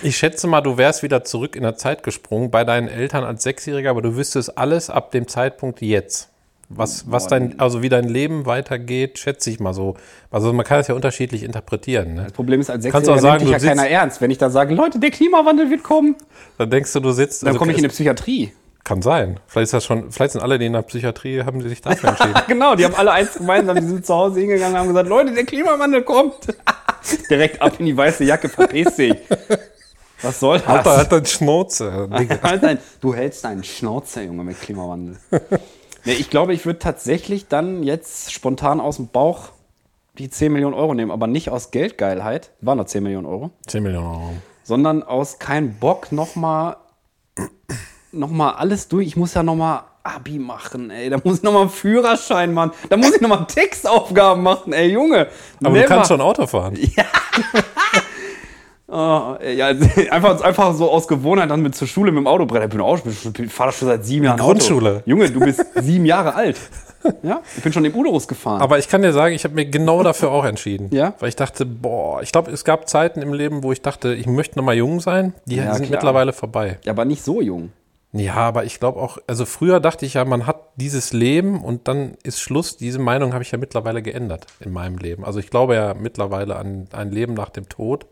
S5: ich schätze mal, du wärst wieder zurück in der Zeit gesprungen bei deinen Eltern als Sechsjähriger, aber du wüsstest alles ab dem Zeitpunkt jetzt. Was, was dein, also wie dein Leben weitergeht, schätze ich mal so. Also man kann es ja unterschiedlich interpretieren. Ne?
S1: Das Problem ist, als
S5: Kannst du auch
S1: Sechsjähriger nimmt
S5: sagen,
S1: dich ja
S5: du sitzt-
S1: keiner ernst. Wenn ich da sage, Leute, der Klimawandel wird kommen,
S5: Dann denkst du, du sitzt.
S1: dann
S5: also
S1: komme ich in
S5: es-
S1: eine Psychiatrie.
S5: Kann sein. Vielleicht ist das schon, vielleicht sind alle, die in der Psychiatrie haben, die sich dafür entschieden.
S1: Genau, die haben alle eins gemeinsam, die sind zu Hause hingegangen und haben gesagt, Leute, der Klimawandel kommt. Direkt ab in die weiße Jacke, verpiss dich. Was soll das?
S5: Alter, hat dann Schnauze. Digga.
S1: Halt dein- du hältst deinen Schnauzer, Junge, mit Klimawandel. Nee, ich glaube, ich würde tatsächlich dann jetzt spontan aus dem Bauch die 10 Millionen Euro nehmen, aber nicht aus Geldgeilheit, waren da 10 Millionen Euro,
S5: 10 Millionen Euro.
S1: sondern aus kein Bock nochmal noch mal alles durch. Ich muss ja nochmal Abi machen, ey. Da muss ich nochmal einen Führerschein machen. Da muss ich nochmal Textaufgaben machen, ey, Junge.
S5: Aber
S1: Never.
S5: du kannst schon Auto fahren.
S1: Oh, ja, einfach, einfach so aus Gewohnheit dann mit zur Schule mit dem Autobrett. Ich bin auch, ich fahre schon seit sieben Jahren
S5: Grundschule.
S1: Auto. Junge, du bist sieben Jahre alt. Ja, ich bin schon im Uterus gefahren.
S5: Aber ich kann dir sagen, ich habe mir genau dafür auch entschieden.
S1: Ja?
S5: Weil ich dachte, boah, ich glaube, es gab Zeiten im Leben, wo ich dachte, ich möchte nochmal jung sein. Die
S1: Ja,
S5: sind
S1: klar.
S5: mittlerweile vorbei.
S1: ja, aber nicht so jung.
S5: Ja, aber ich glaube auch, also früher dachte ich ja, man hat dieses Leben und dann ist Schluss. Diese Meinung habe ich ja mittlerweile geändert in meinem Leben. Also ich glaube ja mittlerweile an ein Leben nach dem Tod.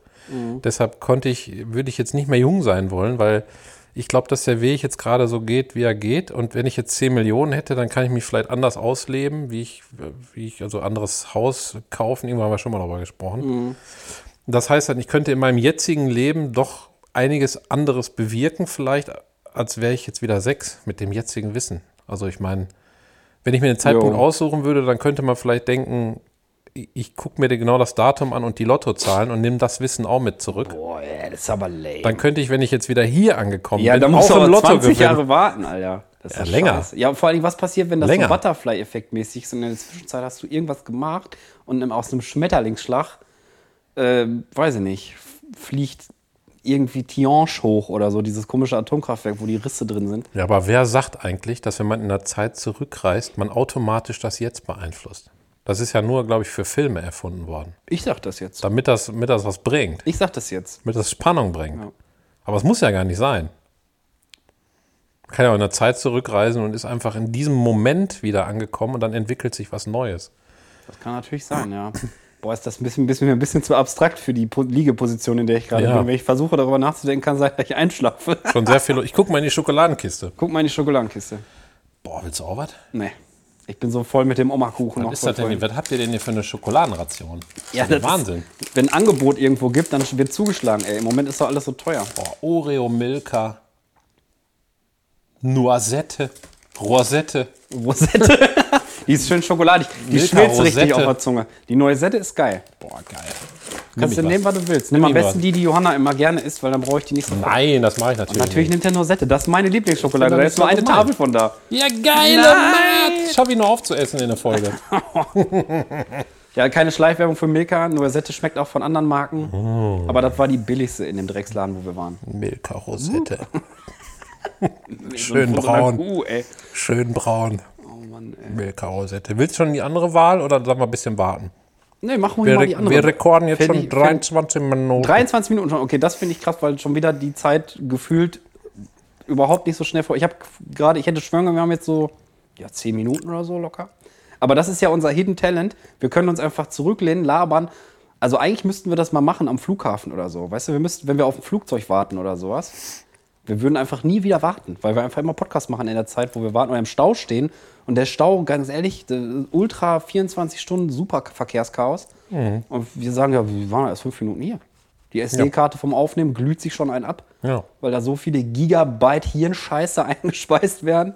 S5: Deshalb konnte ich, würde ich jetzt nicht mehr jung sein wollen, weil ich glaube, dass der Weg jetzt gerade so geht, wie er geht. Und wenn ich jetzt 10 Millionen hätte, dann kann ich mich vielleicht anders ausleben, wie ich, wie ich, also anderes Haus kaufen. Irgendwann haben wir schon mal darüber gesprochen. Das heißt dann, ich könnte in meinem jetzigen Leben doch einiges anderes bewirken, vielleicht, als wäre ich jetzt wieder sechs mit dem jetzigen Wissen. Also ich meine, wenn ich mir den Zeitpunkt
S1: Jo.
S5: aussuchen würde, dann könnte man vielleicht denken, ich, ich gucke mir genau das Datum an und die Lottozahlen und nehme das Wissen auch mit zurück.
S1: Boah, ey, das ist aber lame.
S5: Dann könnte ich, wenn ich jetzt wieder hier angekommen
S1: ja,
S5: bin,
S1: da musst du
S5: auch
S1: aber
S5: im Lotto
S1: 20
S5: gewinnen.
S1: Jahre warten, Alter. Das ist
S5: Ja,
S1: doch
S5: länger.
S1: scheiße. Ja, vor allem, was passiert, wenn das
S5: Länger.
S1: so Butterfly-Effekt mäßig ist und in der Zwischenzeit hast du irgendwas gemacht und im- aus einem Schmetterlingsschlag, ähm, weiß ich nicht, f- fliegt irgendwie Tianche hoch oder so, dieses komische Atomkraftwerk, wo die Risse drin sind.
S5: Ja, aber wer sagt eigentlich, dass wenn man in der Zeit zurückreist, man automatisch das Jetzt beeinflusst? Das ist ja nur, glaube ich, für Filme erfunden worden,
S1: Ich sag das jetzt.
S5: damit das, damit das was bringt.
S1: Ich sag das jetzt.
S5: mit das Spannung bringt. Aber es muss ja gar nicht sein. Man kann ja auch in der Zeit zurückreisen und ist einfach in diesem Moment wieder angekommen und dann entwickelt sich was Neues.
S1: Das kann natürlich sein, ja. Boah, ist das ein bisschen, bisschen, ein bisschen zu abstrakt für die Po- Liegeposition, in der ich gerade
S5: Ja.
S1: bin. Wenn ich versuche, darüber nachzudenken, kann es sein, dass ich einschlafe.
S5: Schon sehr viel. Ich gucke mal in die Schokoladenkiste.
S1: Guck mal in die Schokoladenkiste.
S5: Boah, willst du auch was?
S1: Nee. Ich bin so voll mit dem Oma-Kuchen
S5: Was
S1: noch
S5: ist
S1: voll
S5: das denn? hier?
S1: voll.
S5: Was habt ihr denn hier für eine Schokoladenration? Das
S1: Ja,
S5: ist ja
S1: das
S5: Wahnsinn.
S1: Ist, wenn ein Angebot irgendwo gibt, dann wird zugeschlagen, ey. Im Moment ist doch alles so teuer.
S5: Boah, Oreo, Milka, Noisette, Rosette.
S1: Rosette. die ist schön schokoladig. Die
S5: Milka
S1: schmilzt richtig
S5: Rosette.
S1: auf der Zunge. Die neue Sette ist geil.
S5: Boah, geil.
S1: Kannst du
S5: ich
S1: nehmen,
S5: was.
S1: was du willst. Nimm am
S5: ich was.
S1: besten die, die Johanna immer gerne isst, weil dann brauche ich die nicht so.
S5: Nein, das mache ich natürlich.
S1: Natürlich nimmt er nur Sette. Das ist meine Lieblingsschokolade.
S5: Ich bin
S1: Da
S5: doch
S1: ist nur
S5: nicht
S1: eine
S5: so gemein.
S1: Tafel von da.
S5: nicht. Ja, geile Mann. Ich habe ihn nur aufzuessen in der Folge.
S1: Ja, keine Schleichwerbung für Milka. Nur Sette schmeckt auch von anderen Marken.
S5: Oh.
S1: Aber das war die billigste in dem Drecksladen, wo wir waren.
S5: Milka Rosette.
S1: So
S5: Schön
S1: eine- so eine
S5: braun.
S1: Kuh, uh, ey.
S5: Schön braun.
S1: Oh
S5: Milka Rosette. Willst du schon die andere Wahl oder sollen wir ein bisschen warten?
S1: Nee, machen wir
S5: Wir,
S1: mal die
S5: re
S1: andere.
S5: wir rekorden jetzt
S1: Fänd
S5: schon
S1: ich- fänd-
S5: 23 Minuten.
S1: 23 Minuten schon. Okay, das finde ich krass, weil schon wieder die Zeit gefühlt überhaupt nicht so schnell vor. Ich habe gerade, ich hätte schwören können, wir haben jetzt so ja, 10 Minuten oder so locker. Aber das ist ja unser Hidden Talent. Wir können uns einfach zurücklehnen, labern. Also eigentlich müssten wir das mal machen am Flughafen oder so. Weißt du, wir müssten, wenn wir auf ein Flugzeug warten oder sowas, wir würden einfach nie wieder warten, weil wir einfach immer Podcast machen in der Zeit, wo wir warten oder im Stau stehen. Und der Stau, ganz ehrlich, der ultra 24 Stunden super Verkehrschaos.
S5: Mhm.
S1: Und wir sagen ja, wir waren erst fünf Minuten hier. Die SD-Karte vom Aufnehmen glüht sich schon einen ab,
S5: Ja.
S1: weil da so viele Gigabyte Hirnscheiße eingespeist werden.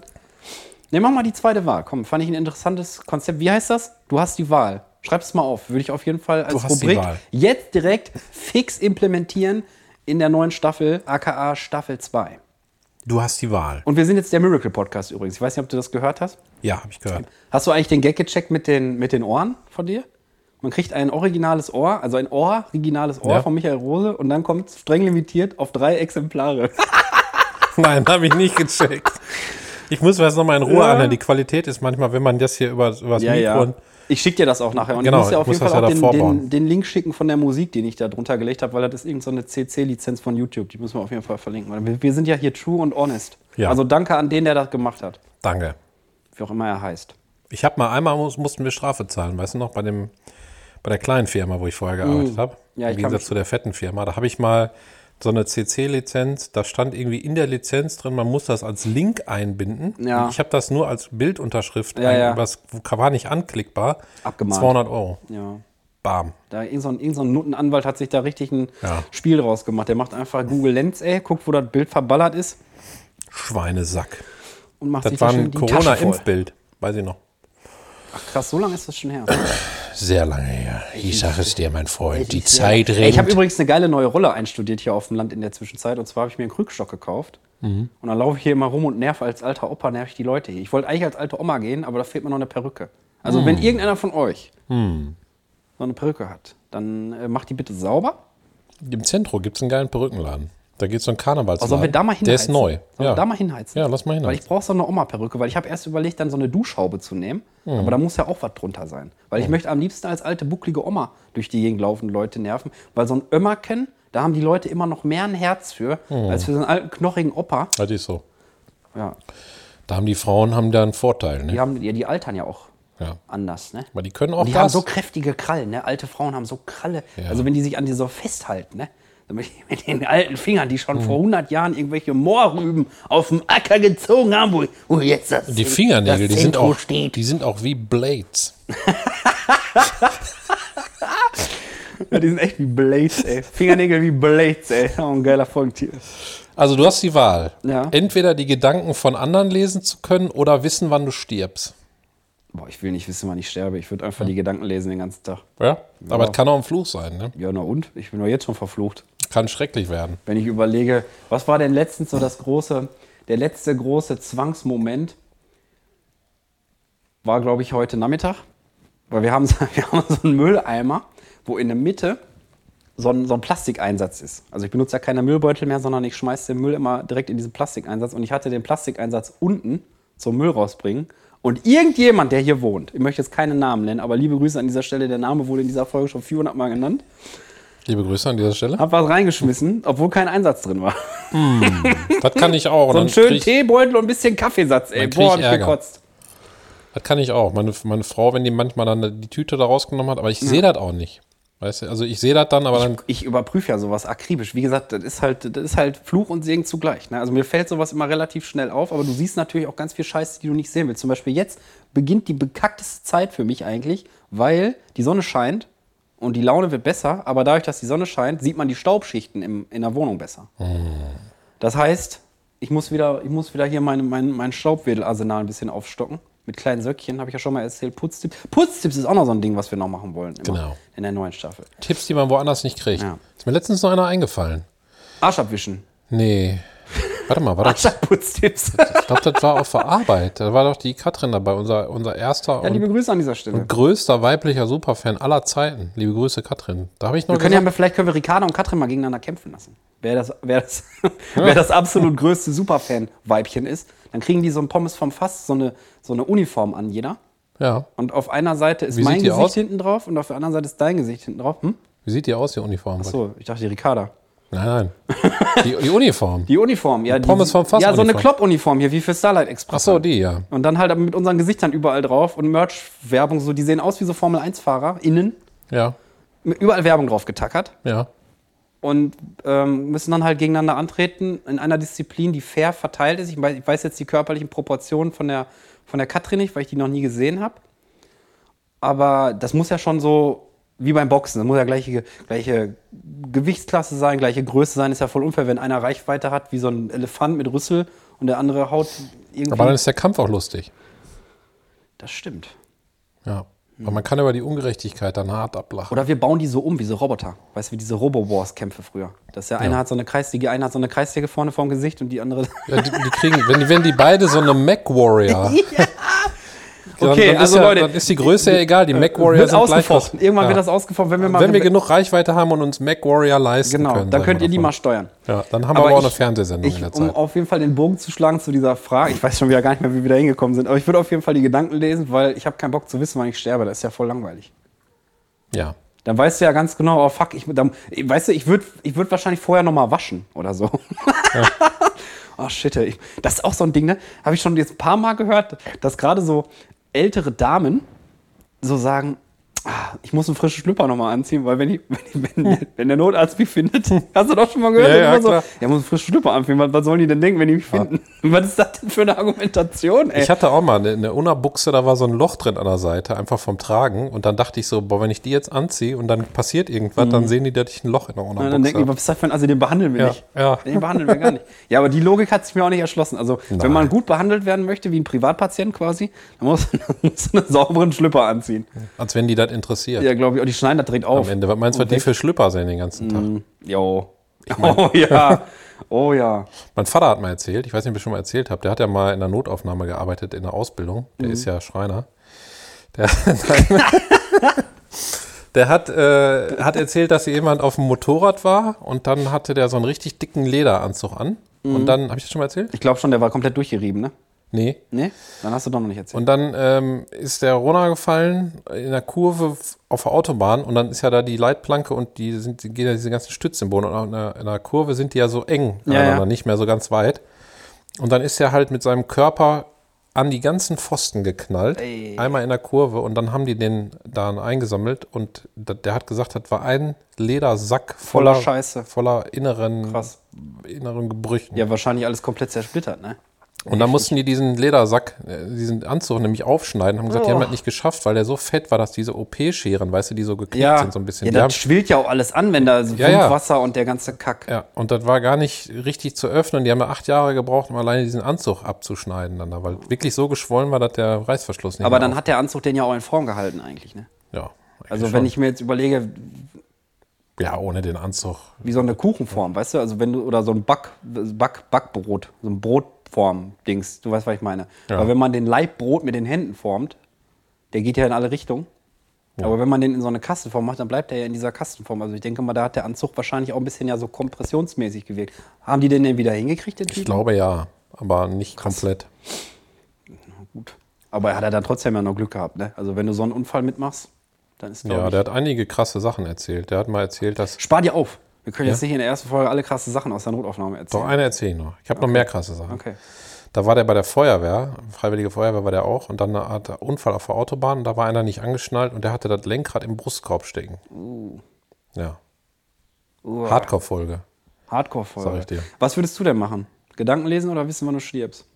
S1: Ne, mach mal die zweite Wahl. Komm, fand ich ein interessantes Konzept. Wie heißt das? Du hast die Wahl. Schreib es mal auf. Würde ich auf jeden Fall als
S5: Du hast die
S1: Rubrik
S5: Wahl.
S1: jetzt direkt fix implementieren in der neuen Staffel, aka Staffel 2.
S5: Du hast die Wahl.
S1: Und wir sind jetzt der Miracle Podcast übrigens. Ich weiß nicht, ob du das gehört hast.
S5: Ja, habe ich gehört.
S1: Hast du eigentlich den Gag gecheckt mit den, mit den Ohren von dir? Man kriegt ein originales Ohr, also ein Ohr, originales Ohr
S5: Ja.
S1: von Michael Rose und dann kommt streng limitiert auf drei Exemplare.
S5: Nein, habe ich nicht gecheckt. Ich muss mir das nochmal in Ruhe anhören. Die Qualität ist manchmal, wenn man das hier über das Mikro.
S1: Ich schicke dir das auch nachher. Und
S5: Genau,
S1: ich muss dir auf
S5: ich
S1: jeden
S5: muss
S1: Fall
S5: das ja
S1: auch den,
S5: davor
S1: den,
S5: bauen.
S1: den Link schicken von der Musik, den ich da drunter gelegt habe, weil das ist irgendeine so CC-Lizenz von YouTube. Die müssen wir auf jeden Fall verlinken. Weil wir, wir sind ja hier true und honest.
S5: Ja.
S1: Also danke an den, der das gemacht hat.
S5: Danke.
S1: Wie auch immer er heißt.
S5: Ich habe mal einmal muss, mussten wir Strafe zahlen, weißt du noch, bei dem bei der kleinen Firma, wo ich vorher gearbeitet habe.
S1: Mhm. Ja, ich
S5: Im
S1: kann
S5: Gegensatz
S1: mich-
S5: zu der fetten Firma. Da habe ich mal so eine CC-Lizenz, da stand irgendwie in der Lizenz drin, man muss das als Link einbinden.
S1: Ja.
S5: Und Ich habe das nur als Bildunterschrift,
S1: Ja,
S5: ein-
S1: ja.
S5: was war nicht anklickbar.
S1: Abgemahnt.
S5: 200 Euro.
S1: Ja.
S5: Bam.
S1: Da irgend so ein, irgend so ein Nuttenanwalt hat sich da richtig ein
S5: Ja.
S1: Spiel draus gemacht. Der macht einfach Google Lens, ey, guckt, wo das Bild verballert ist
S5: Schweinesack.
S1: und macht sich
S5: Das
S1: da
S5: war
S1: schön
S5: ein
S1: die Tasche voll.
S5: Corona-Impfbild. Weiß ich noch.
S1: Ach krass, so lange ist das schon her.
S5: Sehr lange her. Ich sage es dir, mein Freund. Die
S1: Ja. Ey, Ich habe übrigens eine geile neue Rolle einstudiert hier auf dem Land in der Zwischenzeit. Und zwar habe ich mir einen Krückstock gekauft.
S5: Mhm.
S1: Und dann laufe ich hier immer rum und nerv als alter Opa, nerv ich die Leute hier. Ich wollte eigentlich als alte Oma gehen, aber da fehlt mir noch eine Perücke. Also
S5: Mhm.
S1: wenn irgendeiner von euch so eine Perücke hat, dann äh, macht die bitte sauber.
S5: Im Zentrum gibt es einen geilen Perückenladen. Da geht so ein Karnevalsladen.
S1: Also sollen wir da mal hinheizen?
S5: Der ist neu.
S1: Sollen wir da mal hinheizen?
S5: Ja, lass mal
S1: Weil ich
S5: hinheizen.
S1: brauche so eine Oma-Perücke, weil ich habe erst überlegt, dann so eine Duschhaube zu nehmen.
S5: Mhm.
S1: Aber da muss ja auch was drunter sein. Weil ich möchte am liebsten als alte, bucklige Oma durch die Gegend laufen, Leute nerven. Weil so ein Ömmerken, da haben die Leute immer noch mehr ein Herz für,
S5: Mhm.
S1: als für so einen alten, knochigen Opa.
S5: Das ist Halt so.
S1: Ja,
S5: Da haben die Frauen haben da einen Vorteil. Ne?
S1: die, haben, ja, die altern ja auch
S5: Ja.
S1: anders, ne?
S5: Aber die können auch
S1: Und die haben
S5: das.
S1: so kräftige Krallen, ne? Alte Frauen haben so Kralle. Also wenn die sich an dir so festhalten, ne? So Mit mit den alten Fingern, die
S5: Mhm.
S1: schon vor 100 Jahren irgendwelche Moorrüben auf dem Acker gezogen haben, wo, wo jetzt das
S5: die Fingernägel,
S3: das
S5: die sind,
S3: Zentrum
S5: auch,
S3: steht.
S5: die sind auch wie Blades.
S1: Ja, die sind echt wie Blades, ey. Fingernägel wie Blades, ey. Auch ein geiler Folgentier.
S5: Also du hast die Wahl.
S1: Ja.
S5: Entweder die Gedanken von anderen lesen zu können oder wissen, wann du stirbst.
S1: Boah, ich will nicht wissen, wann ich sterbe. Ich würde einfach die Gedanken lesen den ganzen Tag.
S5: Ja? Aber es kann auch ein Fluch sein. Ne?
S1: Ja, na und? Ich bin doch jetzt schon verflucht.
S5: Kann schrecklich werden.
S1: Wenn ich überlege, was war denn letztens so das große, der letzte große Zwangsmoment? War, glaube ich, heute Nachmittag. Weil wir haben, so- wir haben so einen Mülleimer, wo in der Mitte so ein, so ein Plastikeinsatz ist. Also ich benutze ja keine Müllbeutel mehr, sondern ich schmeiße den Müll immer direkt in diesen Plastikeinsatz. Und ich hatte den Plastikeinsatz unten zum Müll rausbringen. Und irgendjemand, der hier wohnt, ich möchte jetzt keinen Namen nennen, aber liebe Grüße an dieser Stelle, der Name wurde in dieser Folge schon 400 Mal genannt,
S5: Liebe Grüße an dieser Stelle.
S1: hat was reingeschmissen, obwohl kein Einsatz drin war.
S5: Das kann ich auch.
S1: So einen
S5: Dann
S1: schönen
S5: krieg-
S1: Teebeutel und ein bisschen Kaffeesatz, ey.
S5: Dann krieg ich
S1: Boah, hab ich
S5: Ärger.
S1: gekotzt.
S5: Das kann ich auch. Meine, meine Frau, wenn die manchmal dann die Tüte da rausgenommen hat, aber ich sehe das auch nicht. Weißt du, also ich sehe das dann, aber dann.
S1: Ich überprüfe ja sowas akribisch. Wie gesagt, das ist halt, das ist halt Fluch und Segen zugleich. Ne? Also mir fällt sowas immer relativ schnell auf, aber du siehst natürlich auch ganz viel Scheiße, die du nicht sehen willst. Zum Beispiel jetzt beginnt die bekackteste Zeit für mich eigentlich, weil die Sonne scheint und die Laune wird besser, aber dadurch, dass die Sonne scheint, sieht man die Staubschichten im, in der Wohnung besser. Das heißt, ich muss wieder, ich muss wieder hier mein, mein, mein Staubwedelarsenal ein bisschen aufstocken. Mit kleinen Söckchen, habe ich ja schon mal erzählt. Putztipps. Putztipps ist auch noch so ein Ding, was wir noch machen wollen. Immer
S5: Genau.
S1: In der neuen Staffel.
S5: Tipps, die man woanders nicht kriegt.
S1: Ja.
S5: Ist mir letztens noch einer eingefallen.
S1: Arsch abwischen.
S5: Nee. Warte mal, war das,
S1: Putztipps.
S5: ich glaube, das war auf der Arbeit. Da war doch die Katrin dabei, unser, unser erster
S1: Ja, liebe
S5: und
S1: Grüße an dieser Stelle.
S5: größter weiblicher Superfan aller Zeiten. Liebe Grüße, Katrin. Da habe ich noch
S1: Wir können ja,
S5: gesagt,
S1: mal- vielleicht können wir Ricardo und Katrin mal gegeneinander kämpfen lassen. Wer das, wer das, wer das absolut größte Superfan-Weibchen ist, dann kriegen die so ein Pommes vom Fass, so eine, so eine Uniform an jeder.
S5: ja.
S1: Und auf einer Seite ist
S5: Wie
S1: mein
S5: sieht die
S1: Gesicht
S5: aus?
S1: hinten drauf und auf der anderen Seite ist dein Gesicht hinten drauf. Hm?
S5: Wie sieht die aus, die Uniform?
S1: So, ich dachte, die Ricarda.
S5: Nein, nein. Die, die Uniform.
S1: Die Uniform, ja. Die,
S5: Pommes vom Fass
S1: Ja, so eine
S5: Uniform.
S1: Klopp-Uniform hier, wie für Starlight Express.
S5: Ach so, die, ja.
S1: Und dann halt aber mit unseren Gesichtern überall drauf und Merch-Werbung, so, die sehen aus wie so Formel-1-Fahrer, innen.
S5: Ja,
S1: Mit überall Werbung drauf getackert.
S5: ja.
S1: und ähm, müssen dann halt gegeneinander antreten in einer Disziplin, die fair verteilt ist. Ich weiß, ich weiß jetzt die körperlichen Proportionen von der, von der Katrin nicht, weil ich die noch nie gesehen habe. Aber das muss ja schon so wie beim Boxen. Das muss ja gleiche, gleiche Gewichtsklasse sein, gleiche Größe sein. Ist ja voll unfair, wenn einer Reichweite hat wie so ein Elefant mit Rüssel und der andere haut irgendwie.
S5: Aber dann ist der Kampf auch lustig.
S1: das stimmt.
S5: Ja. Aber man kann über die Ungerechtigkeit dann hart ablachen.
S1: Oder wir bauen die so um, wie so Roboter. Weißt du, wie diese Robo-Wars-Kämpfe früher. Dass der eine hat so eine Kreissäge, einer hat so eine Kreissäge vorne vorm Gesicht und die andere.
S5: Ja, Äh, die, die kriegen, wenn, die- wenn die beide so eine Mac-Warrior. Dann,
S1: Okay,
S5: dann ist
S1: also
S5: ja,
S1: Leute, äh,
S5: Dann ist die Größe ja egal. Die Mac-Warrior
S1: Wird
S5: sind gleich groß.
S1: ausgefochten. Irgendwann
S5: ja.
S1: wird das ausgefochten, wenn wir mal.
S5: Wenn wir genug Reichweite haben und uns Mac-Warrior leisten
S1: genau,
S5: können.
S1: dann
S5: sagen
S1: könnt
S5: wir
S1: ihr die
S5: davon.
S1: mal steuern.
S5: Ja, dann haben wir aber auch eine Fernsehsendung
S1: ich,
S5: in der
S1: Um
S5: Zeit.
S1: auf jeden Fall den Bogen zu schlagen zu dieser Frage. Ich weiß schon wieder gar nicht mehr, wie wir da hingekommen sind, aber ich würde auf jeden Fall die Gedanken lesen, weil ich habe keinen Bock zu wissen, wann ich sterbe. Das ist ja voll langweilig.
S5: Ja.
S1: Dann weißt du ja ganz genau, oh fuck, ich, dann, weißt du, ich würde ich würd wahrscheinlich vorher nochmal waschen oder so. oh shit, ey. das ist auch so ein Ding, ne? Habe ich schon jetzt ein paar Mal gehört, dass gerade so ältere Damen so sagen, ah, ich muss einen frischen Schlüpper nochmal anziehen, weil wenn, ich, wenn, ich, wenn, wenn der Notarzt mich findet, hast du doch schon mal gehört,
S5: Ja, ja,
S1: Immer so,
S5: klar.
S1: ja, muss einen frischen Schlüpper anziehen, was, was sollen die denn denken, wenn die mich finden? Was ist das denn für eine Argumentation, ey?
S5: Ich hatte auch mal eine, eine Unabuchse, da war so ein Loch drin an der Seite, einfach vom Tragen. Und dann dachte ich so, boah, wenn ich die jetzt anziehe und dann passiert irgendwas, dann sehen die, dass ich ein Loch in der
S1: Und Mhm. dann
S5: Unabuchse
S1: denken die,
S5: habe.
S1: was ist das für ein, also den behandeln wir
S5: Ja,
S1: nicht.
S5: ja.
S1: Den behandeln wir gar nicht. Ja, aber die Logik hat sich mir auch nicht erschlossen. Also, wenn
S5: Nein.
S1: man gut behandelt werden möchte, wie ein Privatpatient quasi, dann muss man einen sauberen Schlüpper anziehen.
S5: Als wenn die das interessiert.
S1: Ja, glaube ich. Und die schneiden das direkt auf.
S5: Am Ende, was meinst du, was die für Schlüpper sehen den ganzen Tag?
S1: Mhm. Jo. oh ja. Oh ja.
S5: Mein Vater hat mal erzählt, ich weiß nicht, ob ich schon mal erzählt habe, der hat ja mal in der Notaufnahme gearbeitet, in der Ausbildung. Der ist ja Schreiner. Der, der hat, äh, hat erzählt, dass jemand auf dem Motorrad war und dann hatte der so einen richtig dicken Lederanzug an. Und dann, habe ich das schon mal erzählt?
S1: Ich glaube schon, der war komplett durchgerieben, ne?
S5: Nee.
S1: Nee? Dann hast du doch noch nicht erzählt.
S5: Und dann ähm, ist der runtergefallen in der Kurve f- auf der Autobahn und dann ist ja da die Leitplanke und die sind die gehen ja diese ganzen Stützsymbole und auch in der, in der Kurve sind die ja so eng,
S1: Ja,
S5: aneinander,
S1: ja.
S5: nicht mehr so ganz weit. Und dann ist er halt mit seinem Körper an die ganzen Pfosten geknallt, einmal in der Kurve und dann haben die den dann eingesammelt und da, der hat gesagt, das war ein Ledersack
S1: Voller
S5: voller,
S1: Scheiße.
S5: voller inneren,
S1: Krass.
S5: inneren Gebrüchen.
S1: ja, wahrscheinlich alles komplett zersplittert, ne?
S5: Und dann mussten die diesen Ledersack, äh, diesen Anzug nämlich aufschneiden, haben gesagt,
S1: Oh.
S5: die haben das nicht geschafft, weil der so fett war, dass diese OP-Scheren, weißt du, die so geknickt sind so ein bisschen.
S1: ja
S5: Die
S1: das
S5: haben-
S1: schwillt ja auch alles an, wenn da so
S5: Ja, ja.
S1: Wasser und der ganze Kack.
S5: ja, und das war gar nicht richtig zu öffnen. Die haben ja acht Jahre gebraucht, um alleine diesen Anzug abzuschneiden dann, weil wirklich so geschwollen war, dass der Reißverschluss nicht
S1: Aber
S5: mehr
S1: dann hat der Anzug den ja auch in Form gehalten, eigentlich, ne?
S5: auf- ja, eigentlich
S1: Also, wenn
S5: schon.
S1: ich mir jetzt überlege,
S5: ja, ohne den Anzug.
S1: wie so eine Kuchenform, weißt du? Also wenn du oder so ein Back, Back Backbrot, so ein Brotform Dings, du weißt, was ich meine.
S5: Ja.
S1: Aber wenn man den Leibbrot mit den Händen formt, der geht ja in alle Richtungen. Aber wenn man den in so eine Kastenform macht, dann bleibt er ja in dieser Kastenform. Also ich denke mal, da hat der Anzug wahrscheinlich auch ein bisschen ja so kompressionsmäßig gewirkt. Haben die den denn wieder hingekriegt, den
S5: Ich
S1: Typen?
S5: glaube ja, aber nicht komplett.
S1: Gut. Aber hat er dann trotzdem ja noch Glück gehabt, ne? Also wenn du so einen Unfall mitmachst, dann ist
S5: Ja,
S1: glaube
S5: der
S1: ich.
S5: hat einige krasse Sachen erzählt. Der hat mal erzählt, dass.
S1: Spar dir auf. Wir können jetzt nicht in der ersten Folge alle krasse Sachen aus der Notaufnahme
S5: Doch,
S1: erzählen.
S5: eine erzähle ich noch. Ich habe noch mehr krasse Sachen.
S1: Okay.
S5: Da war der bei der Feuerwehr, Freiwillige Feuerwehr war der auch, und dann hat er Unfall auf der Autobahn, und da war einer nicht angeschnallt und der hatte das Lenkrad im Brustkorb stecken.
S1: Uh.
S5: Ja. Hardcore-Folge.
S1: Hardcore-Folge.
S5: Sag ich dir.
S1: Was würdest du denn machen? Gedanken lesen oder wissen, wann du stirbst?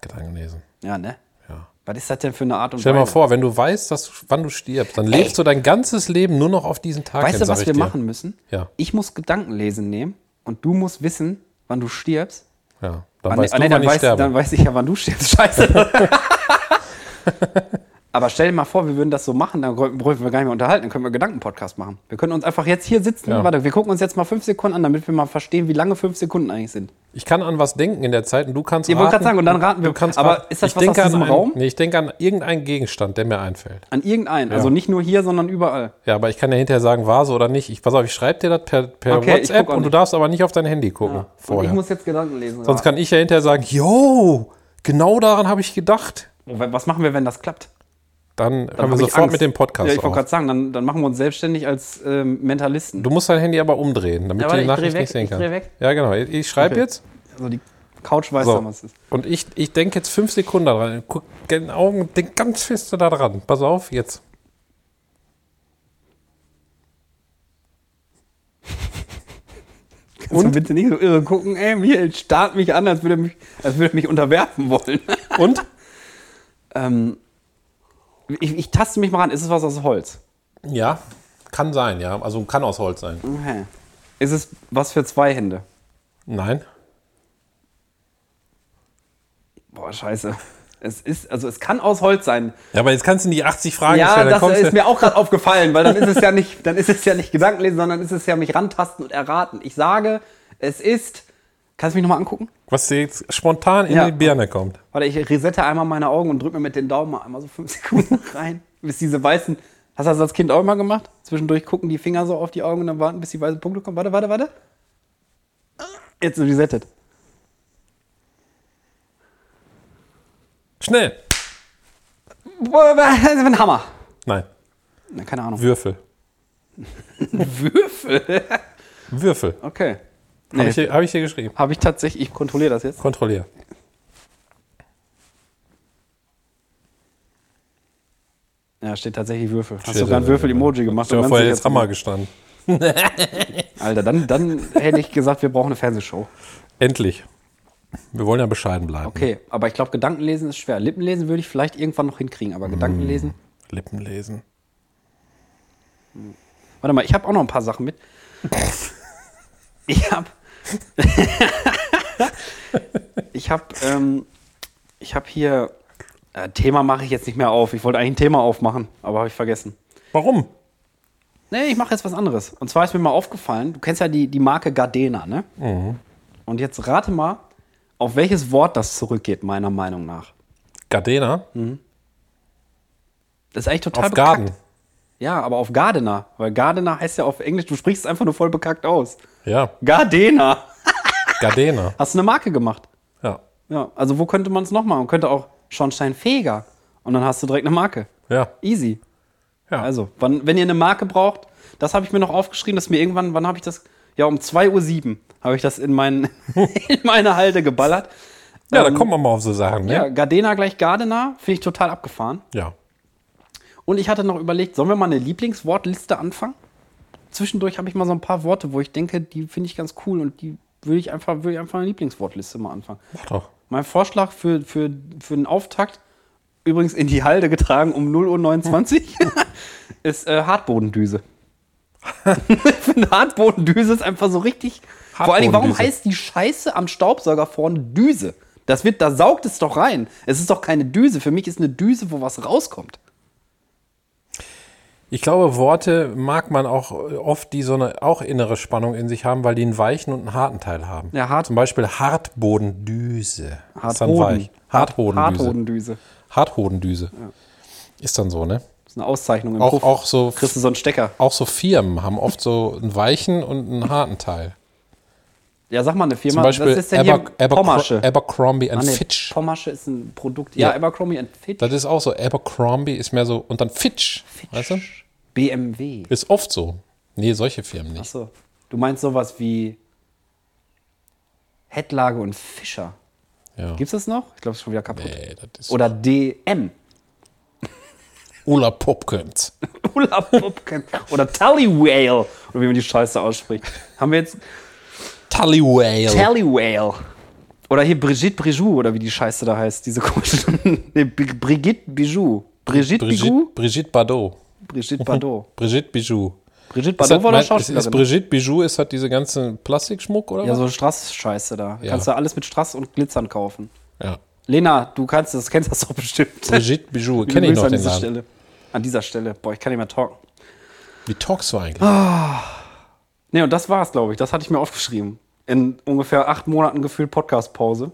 S5: Gedanken lesen.
S1: Ja, ne?
S5: Ja.
S1: Was ist das denn für eine Art und
S5: Stell dir
S1: Weise?
S5: mal vor, wenn du weißt, dass, du- wann du stirbst, dann lebst du dein ganzes Leben nur noch auf diesen Tag.
S1: weißt
S5: hin,
S1: du,
S5: sag
S1: was
S5: ich
S1: wir
S5: dir.
S1: machen müssen?
S5: Ja.
S1: Ich muss Gedanken lesen nehmen und du musst wissen, wann du stirbst.
S5: Ja. Dann
S1: Ah, nee,
S5: weißt
S1: ah,
S5: du,
S1: nee,
S5: wann
S1: dann,
S5: ich
S1: weiß,
S5: sterbe.
S1: dann weiß ich ja, wann du stirbst. Scheiße. Aber stell dir mal vor, wir würden das so machen, dann brü- bräuchten wir gar nicht mehr unterhalten, dann können wir einen Gedankenpodcast machen. Wir können uns einfach jetzt hier sitzen.
S5: Ja.
S1: Warte, wir gucken uns jetzt mal fünf Sekunden an, damit wir mal verstehen, wie lange fünf Sekunden eigentlich sind.
S5: ich kann an was denken in der Zeit und du kannst
S1: Ich wollte gerade sagen, und dann raten wir.
S5: Du kannst
S1: Aber
S5: raten.
S1: ist das
S5: ich
S1: was
S5: denke
S1: aus
S5: an
S1: diesem
S5: einen,
S1: Raum?
S5: Nee, ich denke an irgendeinen Gegenstand, der mir einfällt.
S1: An irgendeinen. Also nicht nur hier, sondern überall.
S5: Ja, aber ich kann ja hinterher sagen, war so oder nicht. Ich pass auf, ich schreibe dir das per, per
S1: Okay, ich
S5: WhatsApp
S1: guck auch
S5: und du
S1: nicht.
S5: darfst aber nicht auf dein Handy gucken.
S1: Und ich
S5: Vorher.
S1: muss jetzt Gedanken lesen.
S5: Sonst kann ich ja hinterher sagen, yo, genau daran habe ich gedacht.
S1: Oh, wa- Was machen wir, wenn das klappt?
S5: Dann, hören wir
S1: hab ich
S5: sofort
S1: Angst.
S5: mit dem Podcast
S1: Ja, ich wollte
S5: auf.
S1: gerade sagen, dann, dann machen wir uns selbstständig als ähm, Mentalisten.
S5: Du musst dein Handy aber umdrehen, damit
S1: Ja,
S5: du
S1: warte,
S5: die
S1: ich dreh
S5: Nachricht
S1: weg,
S5: nicht sehen
S1: ich
S5: kannst.
S1: dreh weg.
S5: Ja, genau. Ich, ich schreibe
S1: Okay.
S5: jetzt
S1: Also die Couch weiß
S5: so.
S1: dann, was ist.
S5: und ich, ich denke jetzt fünf Sekunden daran. Guck den Augen, denk ganz fest da dran. Pass auf, jetzt.
S1: Kannst du bitte nicht so irre gucken, ey, Michael starrt mich an, als würde er mich, als würde er mich unterwerfen wollen.
S5: Und?
S1: ähm, ich, ich taste mich mal an, ist es was aus Holz?
S5: ja, kann sein, ja. Also kann aus Holz sein.
S1: Okay. Ist es was für zwei Hände?
S5: Nein.
S1: Boah, scheiße. Es ist, also es kann aus Holz sein.
S5: Ja, aber jetzt kannst du nicht 80 Fragen
S1: Ja,
S5: stellen. dann
S1: das
S5: kommst
S1: ist
S5: du-
S1: mir auch gerade aufgefallen, weil dann ist es ja nicht, dann ist es ja nicht Gedankenlesen, sondern ist es ja mich rantasten und erraten. Ich sage, es ist. Kannst du mich nochmal angucken?
S5: was dir jetzt spontan in
S1: Ja.
S5: die Birne kommt.
S1: Warte, ich resette einmal meine Augen und drücke mir mit den Daumen mal einmal so fünf Sekunden rein, bis diese weißen. Hast du das als Kind auch immer gemacht? Zwischendurch gucken die Finger so auf die Augen und dann warten, bis die weißen Punkte kommen. Warte, warte, warte. Jetzt resettet.
S5: Schnell.
S1: Boah, Das ist ein Hammer.
S5: Nein,
S1: Na, keine Ahnung.
S5: Würfel.
S1: Würfel?
S5: Würfel.
S1: Okay.
S5: Habe
S1: Nee.
S5: ich, hier- hab ich hier geschrieben.
S1: Habe ich tatsächlich, ich kontrolliere das jetzt.
S5: Kontrollier.
S1: Ja, steht tatsächlich Würfel. Hast
S5: Steht
S1: sogar ein
S5: da,
S1: Würfel-Emoji gemacht.
S5: äh, Stell
S1: um
S5: dir
S1: ganz
S5: vorher
S1: sicher
S5: jetzt
S1: zu
S5: Hammer gestanden.
S1: sein. Alter, dann, dann hätte ich gesagt, wir brauchen eine Fernsehshow.
S5: Endlich. Wir wollen ja bescheiden bleiben.
S1: Okay, aber ich glaube, Gedankenlesen ist schwer. Lippenlesen würde ich vielleicht irgendwann noch hinkriegen, aber Gedankenlesen.
S5: Mhm. Lippen lesen.
S1: Warte mal, ich habe auch noch ein paar Sachen mit. Ich habe. ich habe. Ähm, ich habe hier. Äh, Thema mache ich jetzt nicht mehr auf. Ich wollte eigentlich ein Thema aufmachen, aber habe ich vergessen.
S5: Warum?
S1: Nee, ich mache jetzt was anderes. Und zwar ist mir mal aufgefallen, du kennst ja die, die Marke Gardena, ne? Und jetzt rate mal, auf welches Wort das zurückgeht, meiner Meinung nach.
S5: Gardena
S1: Mhm. Das ist eigentlich total
S5: auf Garden.
S1: Ja, aber auf Gardena. Weil Gardena heißt ja auf Englisch, du sprichst es einfach nur voll bekackt aus.
S5: Ja,
S1: Gardena.
S5: Gardena.
S1: Hast du eine Marke gemacht?
S5: Ja,
S1: Ja, also wo könnte man es noch machen? Man könnte auch Schornsteinfeger. Und dann hast du direkt eine Marke.
S5: ja.
S1: Easy.
S5: Ja.
S1: Also, wann, wenn ihr eine Marke braucht, das habe ich mir noch aufgeschrieben, dass mir irgendwann, wann habe ich das? Ja, um 2.07 Uhr habe ich das in, meinen, in meine Halde geballert.
S5: Ja, da
S1: Ähm,
S5: kommt man mal auf so Sachen,
S1: Ja,
S5: ne?
S1: Gardena gleich Gardena, finde ich total abgefahren.
S5: Ja.
S1: Und ich hatte noch überlegt, sollen wir mal eine Lieblingswortliste anfangen? Zwischendurch habe ich mal so ein paar Worte, wo ich denke, die finde ich ganz cool und die würde ich einfach, würde ich einfach eine Lieblingswortliste mal anfangen.
S5: Mach doch.
S1: Mein Vorschlag für, für, für den Auftakt, übrigens in die Halde getragen um 0.29 Uhr, ist äh, Hartbodendüse. ich finde, Hartbodendüse ist einfach so richtig. Vor allem, warum
S5: Hartbodendüse.
S1: heißt die Scheiße am Staubsauger vorne Düse? Das wird, da saugt es doch rein. Es ist doch keine Düse. Für mich ist eine Düse, wo was rauskommt.
S5: Ich glaube, Worte mag man auch äh, oft, die so eine auch innere Spannung in sich haben, weil die einen weichen und einen harten Teil haben.
S1: Ja, hart-
S5: Zum Beispiel Hartbodendüse. Ist dann
S1: Hartboden.
S5: weich. Hartbodendüse.
S1: Hartbodendüse.
S5: Harthodendüse. Ist dann so, ne?
S1: Das ist eine Auszeichnung im
S5: Auch,
S1: Puff.
S5: auch, so,
S1: Kriegst du so einen Stecker.
S5: auch so Firmen haben oft so einen weichen und einen harten Teil.
S1: Ja, sag mal eine Firma.
S5: Zum Beispiel
S1: das ist ja hier
S5: Aber, Aber,
S1: Pommersche.
S5: Abercrombie
S1: Ah,
S5: and
S1: nee,
S5: Fitch.
S1: Pommersche ist ein Produkt. Ja,
S5: Ja.
S1: Abercrombie and Fitch.
S5: Das ist auch so. Abercrombie ist mehr so. Und dann Fitch. Weißt du?
S1: BMW.
S5: Ist oft so. Nee, solche Firmen nicht.
S1: Achso. Du meinst sowas wie Hettlage und Fischer.
S5: Ja.
S1: Gibt's das noch? Ich glaube, es ist schon wieder kaputt.
S5: Nee, das ist
S1: Oder DM.
S5: Ulla Popkins.
S1: Ulla Popken. Oder Tally Whale. Oder wie man die Scheiße ausspricht. Haben wir jetzt
S5: Tully Whale.
S1: Tally Whale. Oder hier Brigitte Bijou, oder wie die Scheiße da heißt, diese komische. nee, Bri- Brigitte Bijou. Brigitte,
S5: Brigitte,
S1: Bijou?
S5: Brigitte Bardot.
S1: Brigitte Bardot.
S5: Brigitte Bijou.
S1: Brigitte
S5: Ist
S1: Bardot war
S5: mein-
S1: doch
S5: ist, ist
S1: Schauspielerin.
S5: Brigitte Bijou, ist halt diese ganze Plastikschmuck oder
S1: Ja,
S5: was?
S1: so Strass-Scheiße da.
S5: Ja.
S1: Kannst du alles mit Strass und Glitzern kaufen.
S5: Ja.
S1: Lena, du kannst das, kennst das doch bestimmt.
S5: Brigitte Bijou,
S1: Liebe
S5: kenne ich
S1: Grüße
S5: noch
S1: an
S5: den
S1: dieser
S5: Laden.
S1: Stelle. An dieser Stelle. Boah, ich kann nicht mehr talken.
S5: Wie talkst du eigentlich?
S1: Nee, und das war's, glaube ich. Das hatte ich mir aufgeschrieben. In ungefähr acht Monaten gefühlt Podcast-Pause.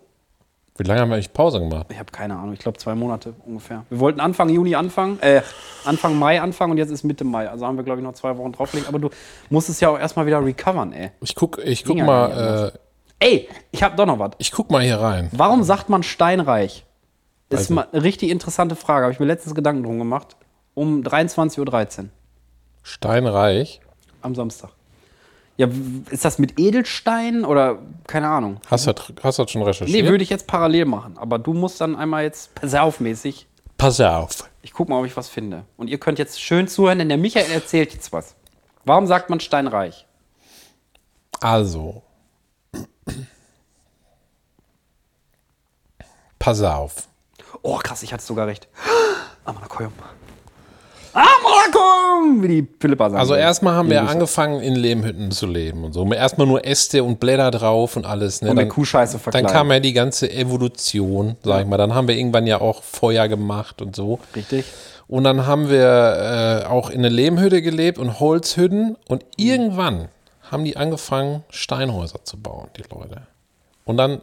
S5: Wie lange haben wir eigentlich Pause gemacht?
S1: Ich habe keine Ahnung. Ich glaube, zwei Monate ungefähr. Wir wollten Anfang Juni anfangen, äh, Anfang Mai anfangen und jetzt ist Mitte Mai. Also haben wir, glaube ich, noch zwei Wochen draufgelegt. Aber du musst es ja auch erstmal wieder recovern, ey.
S5: Ich guck, ich guck
S1: Ging ja gar nicht
S5: mal, äh,
S1: Ey, ich habe doch noch was.
S5: ich guck mal hier rein.
S1: Warum sagt man steinreich? Ist
S5: Also.
S1: mal eine richtig interessante Frage. Habe ich mir letztens Gedanken drum gemacht. Um 23.13 Uhr
S5: Steinreich.
S1: am Samstag. Ja, w- ist das mit Edelstein oder keine Ahnung?
S5: Hast du das- hast du das schon
S1: Nee,
S5: recherchiert?
S1: würde ich jetzt parallel machen. Aber du musst dann einmal jetzt pass auf mäßig.
S5: Pass auf.
S1: Ich gucke mal, ob ich was finde. Und ihr könnt jetzt schön zuhören, denn der Michael erzählt jetzt was. Warum sagt man steinreich?
S5: Also. Pass auf.
S1: Oh, krass, ich hatte sogar recht. Amanakoyum. Vakuum, wie die Philippa sagen.
S5: Also
S1: würde.
S5: erstmal haben
S1: Die
S5: wir
S1: Grüße.
S5: angefangen, in Lehmhütten zu leben und so. Erstmal nur Äste und Blätter drauf und alles. Ne?
S1: Und mit Kuhscheiße verkleidet.
S5: Dann kam ja die ganze Evolution, sag ich mal. Dann haben wir irgendwann ja auch Feuer gemacht und so.
S1: Richtig.
S5: Und dann haben wir äh, auch in eine Lehmhütte gelebt und Holzhütten.
S1: Mhm.
S5: Und irgendwann haben die angefangen, Steinhäuser zu bauen, die Leute. Und dann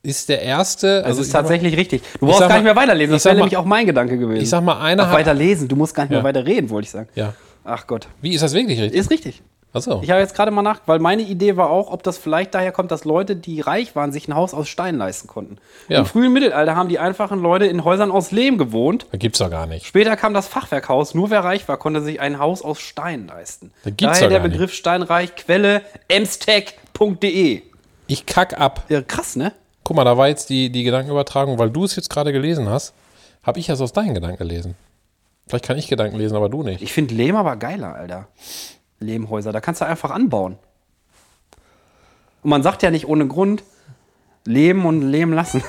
S5: ist der erste.
S1: Also ist
S5: ich sag mal-
S1: tatsächlich richtig. Du brauchst
S5: sag
S1: gar nicht
S5: mal-
S1: mehr weiterlesen.
S5: ich
S1: Das
S5: sag
S1: wäre
S5: mal-
S1: nämlich auch mein Gedanke gewesen.
S5: Ich sag mal, einer
S1: Ach,
S5: hat-
S1: weiterlesen. Du musst gar nicht mehr
S5: Ja.
S1: weiterreden, wollte ich sagen.
S5: Ja.
S1: Ach Gott.
S5: Wie ist das wirklich richtig?
S1: Ist richtig.
S5: Achso.
S1: Ich habe jetzt gerade mal nach, weil meine Idee war auch, ob das vielleicht daher kommt, dass Leute, die reich waren, sich ein Haus aus Stein leisten konnten.
S5: Ja.
S1: Im frühen Mittelalter haben die einfachen Leute in Häusern aus Lehm gewohnt.
S5: Da gibt's doch gar nicht.
S1: Später kam das Fachwerkhaus. Nur wer reich war, konnte sich ein Haus aus Stein leisten.
S5: Das gibt's
S1: Daher
S5: doch
S1: der
S5: gar nicht.
S1: Begriff Steinreich, Quelle emstech.de.
S5: Ich kack ab.
S1: E. Ja, krass, ne?
S5: Guck mal, da war jetzt die, die Gedankenübertragung, weil du es jetzt gerade gelesen hast, habe ich das aus deinen Gedanken gelesen. Vielleicht kann ich Gedanken lesen, aber du nicht.
S1: Ich finde Lehm aber geiler, Alter. Lehmhäuser, da kannst du einfach anbauen. Und man sagt ja nicht ohne Grund, Lehm und Lehm lassen.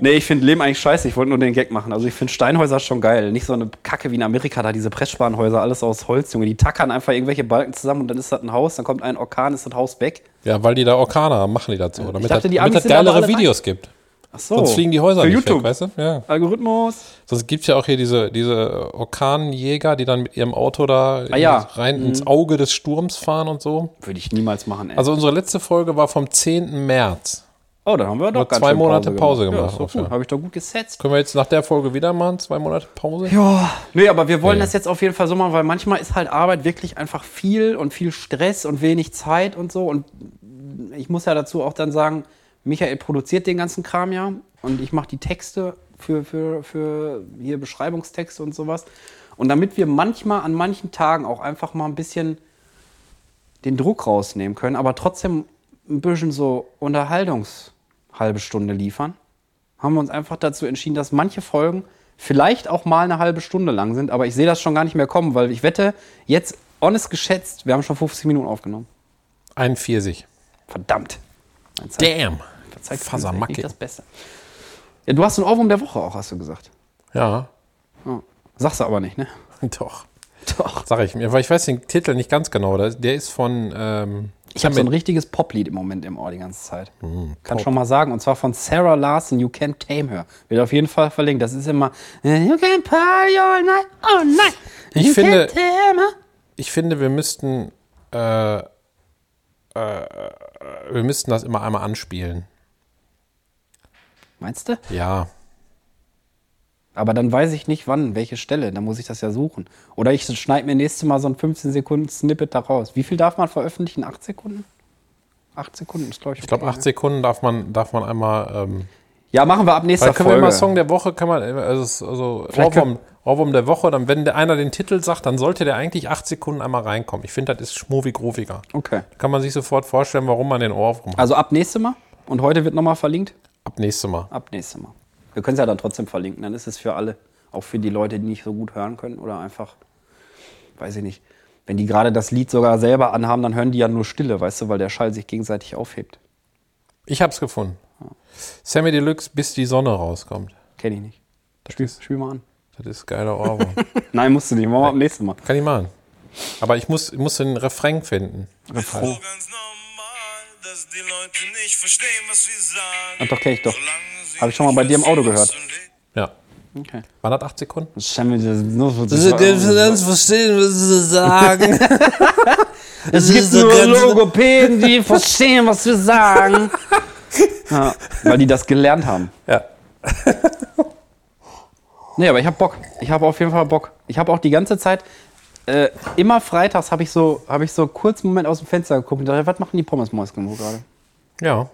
S1: nee, ich finde Lehm eigentlich scheiße. Ich wollte nur den Gag machen. Also ich finde Steinhäuser schon geil. Nicht so eine Kacke wie in Amerika, da diese Pressspanhäuser, alles aus Holz, Junge. Die tackern einfach irgendwelche Balken zusammen und dann ist das ein Haus, dann kommt ein Orkan, ist das Haus weg.
S5: Ja, weil die da Orkane haben, machen die dazu. Damit,
S1: dachte,
S5: das,
S1: die
S5: damit
S1: Amis
S5: das
S1: sind aber
S5: geilere
S1: alle
S5: Videos gibt.
S1: Ach so.
S5: Sonst fliegen die Häuser
S1: Für
S5: nicht
S1: YouTube.
S5: weg, weißt du? Ja.
S1: Algorithmus.
S5: Sonst gibt es ja auch hier diese, diese Orkanjäger, die dann mit ihrem Auto da
S1: Ah ja. Mhm.
S5: rein ins Auge des Sturms fahren und so.
S1: Würde ich niemals machen, ey.
S5: Also unsere letzte Folge war vom 10. März.
S1: oh, dann haben wir doch
S5: nur zwei
S1: schön
S5: Monate Pause
S1: Ja,
S5: gemacht
S1: ist doch gut.
S5: ungefähr.
S1: Habe ich doch gut gesetzt.
S5: Können wir jetzt nach der Folge wieder machen? Zwei Monate Pause?
S1: Ja. Nee, aber wir wollen
S5: Nee.
S1: das jetzt auf jeden Fall so machen, weil manchmal ist halt Arbeit wirklich einfach viel und viel Stress und wenig Zeit und so. Und ich muss ja dazu auch dann sagen, Michael produziert den ganzen Kram ja und ich mache die Texte für, für, für hier Beschreibungstexte und sowas. Und damit wir manchmal an manchen Tagen auch einfach mal ein bisschen den Druck rausnehmen können, aber trotzdem ein bisschen so Unterhaltungshalbe Stunde liefern, haben wir uns einfach dazu entschieden, dass manche Folgen vielleicht auch mal eine halbe Stunde lang sind, aber ich sehe das schon gar nicht mehr kommen, weil ich wette, jetzt honest geschätzt, wir haben schon 50 Minuten aufgenommen.
S5: 41.
S1: Verdammt. Mein Zeit-
S5: Damn.
S1: mein Zeitgefühl ist echt
S5: Fasamacke.
S1: nicht das Beste. Ja, du hast einen Ohrwurm der Woche auch, hast du gesagt.
S5: Ja,
S1: Ja. Sagst du aber nicht, ne?
S5: doch.
S1: Doch.
S5: Sag ich mir, weil ich weiß den Titel nicht ganz genau. Der- Der ist von. Ähm,
S1: Ich habe so ein
S5: mit-
S1: richtiges Poplied im Moment im Ohr die ganze Zeit. Kann schon mal sagen. Und zwar von Sarah Larson, You Can't Tame Her. Wird auf jeden Fall verlinkt. Das ist immer äh, You Can't Party All Night, All Night.
S5: Ich
S1: you
S5: finde-
S1: can't tame her.
S5: ich finde, wir müssten. Äh, äh, wir müssten das immer einmal anspielen.
S1: Meinst du?
S5: Ja.
S1: Aber dann weiß ich nicht, wann, welche Stelle. Dann muss ich das ja suchen. Oder ich schneide mir nächstes Mal so ein 15 Sekunden Snippet da raus. Wie viel darf man veröffentlichen? Acht Sekunden? Acht Sekunden ist, glaube ich. ne?
S5: Ich glaube, acht Sekunden darf man, darf man einmal. Ähm,
S1: Ja, machen wir ab nächster
S5: weil können wir
S1: Folge.
S5: immer Song der Woche, kann man. äh, Also, es- also
S1: Vielleicht
S5: Ohrwurm, Ohrwurm der Woche, dann, wenn der einer den Titel sagt, dann sollte der eigentlich acht Sekunden einmal reinkommen. Ich finde, das ist schmovig-roviger.
S1: okay.
S5: Kann man sich sofort vorstellen, warum man den Ohrwurm hat.
S1: Also ab nächstes Mal. Und heute wird nochmal verlinkt.
S5: Ab nächstes Mal.
S1: Ab nächstes Mal. Wir können es ja dann trotzdem verlinken. Dann ist es für alle, auch für die Leute, die nicht so gut hören können oder einfach, weiß ich nicht, wenn die gerade das Lied sogar selber anhaben, dann hören die ja nur Stille, weißt du, weil der Schall sich gegenseitig aufhebt.
S5: Ich hab's gefunden. Sammy Deluxe, bis die Sonne rauskommt.
S1: Kenne ich nicht. Spiel, spiel mal an.
S5: Das ist geiler Ohrwurm.
S1: Nein, musst du nicht. Machen wir ab nächstes Mal.
S5: Kann ich machen. Aber ich muss, ich muss den Refrain finden.
S6: So ganz normal, dass die Leute nicht verstehen, was wir sagen.
S1: Ach, doch, kenn ich doch.
S6: Solange sie
S1: Hab ich schon mal bei dir im Auto
S6: wissen,
S1: gehört.
S6: was du lebst.
S5: Ja.
S1: Okay.
S5: Waren das acht Sekunden?
S1: Das gibt
S5: verstehen, was sie sagen.
S1: nur Logopäden, die verstehen, was wir sagen. Ja, weil die das gelernt haben.
S5: Ja.
S1: Nee, aber ich habe Bock. Ich habe auf jeden Fall Bock. Ich habe auch die ganze Zeit, äh, immer freitags habe ich, so, hab ich so kurz einen Moment aus dem Fenster geguckt und dachte, was machen die Pommesmäuschen wohl gerade?
S5: Ja.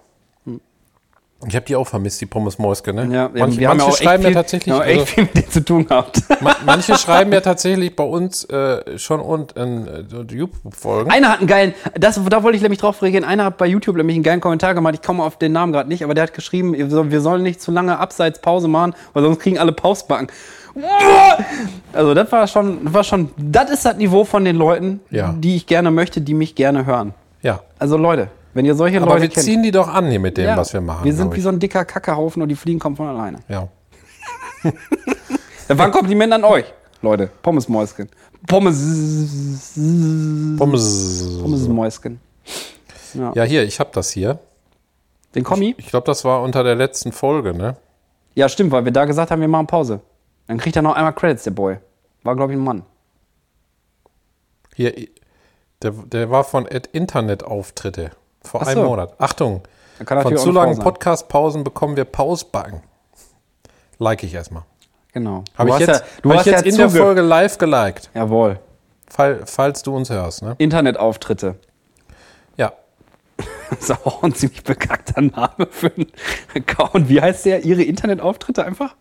S5: Ich habe die auch vermisst, die Pommes Mäuske, ne?
S1: Ja,
S5: manche
S1: wir haben
S5: manche
S1: ja auch
S5: schreiben
S1: echt viel,
S5: ja tatsächlich,
S1: ja, echt
S5: also,
S1: viel mit denen zu tun gehabt.
S5: ma- manche schreiben ja tatsächlich bei uns äh, schon und in äh, YouTube-Folgen.
S1: Einer hat einen geilen, das, da wollte ich nämlich drauf reagieren, einer hat bei YouTube nämlich einen geilen Kommentar gemacht, ich komme auf den Namen gerade nicht, aber der hat geschrieben, ihr soll- wir sollen nicht zu lange abseits Pause machen, weil sonst kriegen alle Pausbacken. Uah! Also das war schon, das war schon, das ist das Niveau von den Leuten,
S5: Ja.
S1: die ich gerne möchte, die mich gerne hören.
S5: Ja.
S1: Also Leute, wenn ihr solche
S5: Aber
S1: Leute
S5: wir
S1: kennt,
S5: ziehen die doch an hier mit dem,
S1: Ja,
S5: was wir machen.
S1: Wir sind
S5: glaub
S1: wie
S5: ich.
S1: so ein dicker Kackehaufen und Äh, die Fliegen kommen von alleine.
S5: Ja.
S1: Das war ein Kompliment an euch, Leute. Pommesmäuschen. Pommes.
S5: Pommes.
S1: Pommesmäuschen.
S5: Ja, hier, ich hab das hier.
S1: Den Kommi?
S5: Ich glaube, das war unter der letzten Folge, ne?
S1: Ja, stimmt, weil wir da gesagt haben, wir machen Pause. Dann kriegt er noch einmal Credits, der Boy. War, glaube ich, ein Mann.
S5: Hier, i- der, der war von Ad Internetauftritte vor
S1: Ach
S5: einem
S1: so.
S5: Monat. Achtung,
S1: Dann kann
S5: von
S1: natürlich auch
S5: zu
S1: eine Frau
S5: langen
S1: sein.
S5: Podcast-Pausen bekommen wir Pausbacken. Like ich erstmal.
S1: Genau.
S5: Habe ich
S1: hast ja,
S5: jetzt,
S1: du
S5: hab
S1: hast
S5: ich jetzt
S1: ja
S5: in der
S1: zuge-
S5: Folge live geliked,
S1: Jawohl.
S5: fall, falls du uns hörst, ne?
S1: Internetauftritte.
S5: Ja.
S1: Das ist auch ein ziemlich bekackter Name für einen Account. Wie heißt der? Ihre Internetauftritte einfach?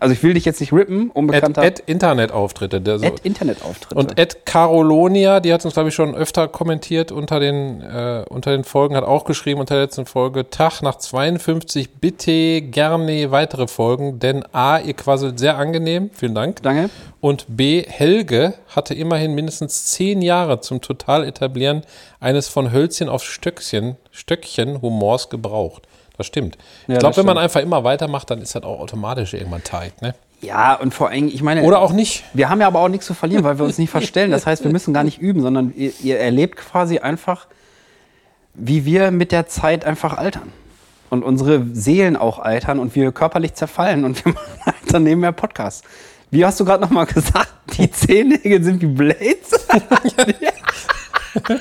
S1: Also ich will dich jetzt nicht rippen,
S5: Ad,
S1: unbekannter.
S5: Ad Internetauftritte. Der so.
S1: Ad Internetauftritte.
S5: und Ed Carolonia, die hat uns, glaube ich, schon öfter kommentiert unter den, äh, unter den Folgen, hat auch geschrieben unter der letzten Folge, Tag nach 52, bitte gerne weitere Folgen, denn A, ihr quasselt sehr angenehm, vielen Dank.
S1: Danke.
S5: Und B, Helge hatte immerhin mindestens zehn Jahre zum total etablieren eines von Hölzchen auf Stöckchen, Stöckchen Humors gebraucht. Das stimmt. ich
S1: das
S5: glaube, wenn man
S1: stimmt.
S5: einfach immer weitermacht, dann ist das auch automatisch irgendwann tight, ne?
S1: ja, und vor allem, ich meine.
S5: Oder auch nicht.
S1: Wir haben ja aber auch nichts zu verlieren, weil wir uns nicht verstellen. Das heißt, wir müssen gar nicht üben, sondern ihr, ihr erlebt quasi einfach, wie wir mit der Zeit einfach altern. Und unsere Seelen auch altern und wir körperlich zerfallen und wir machen halt dann nebenher Podcasts. Wie hast du gerade nochmal gesagt, die Zehennägel sind wie Blades? Die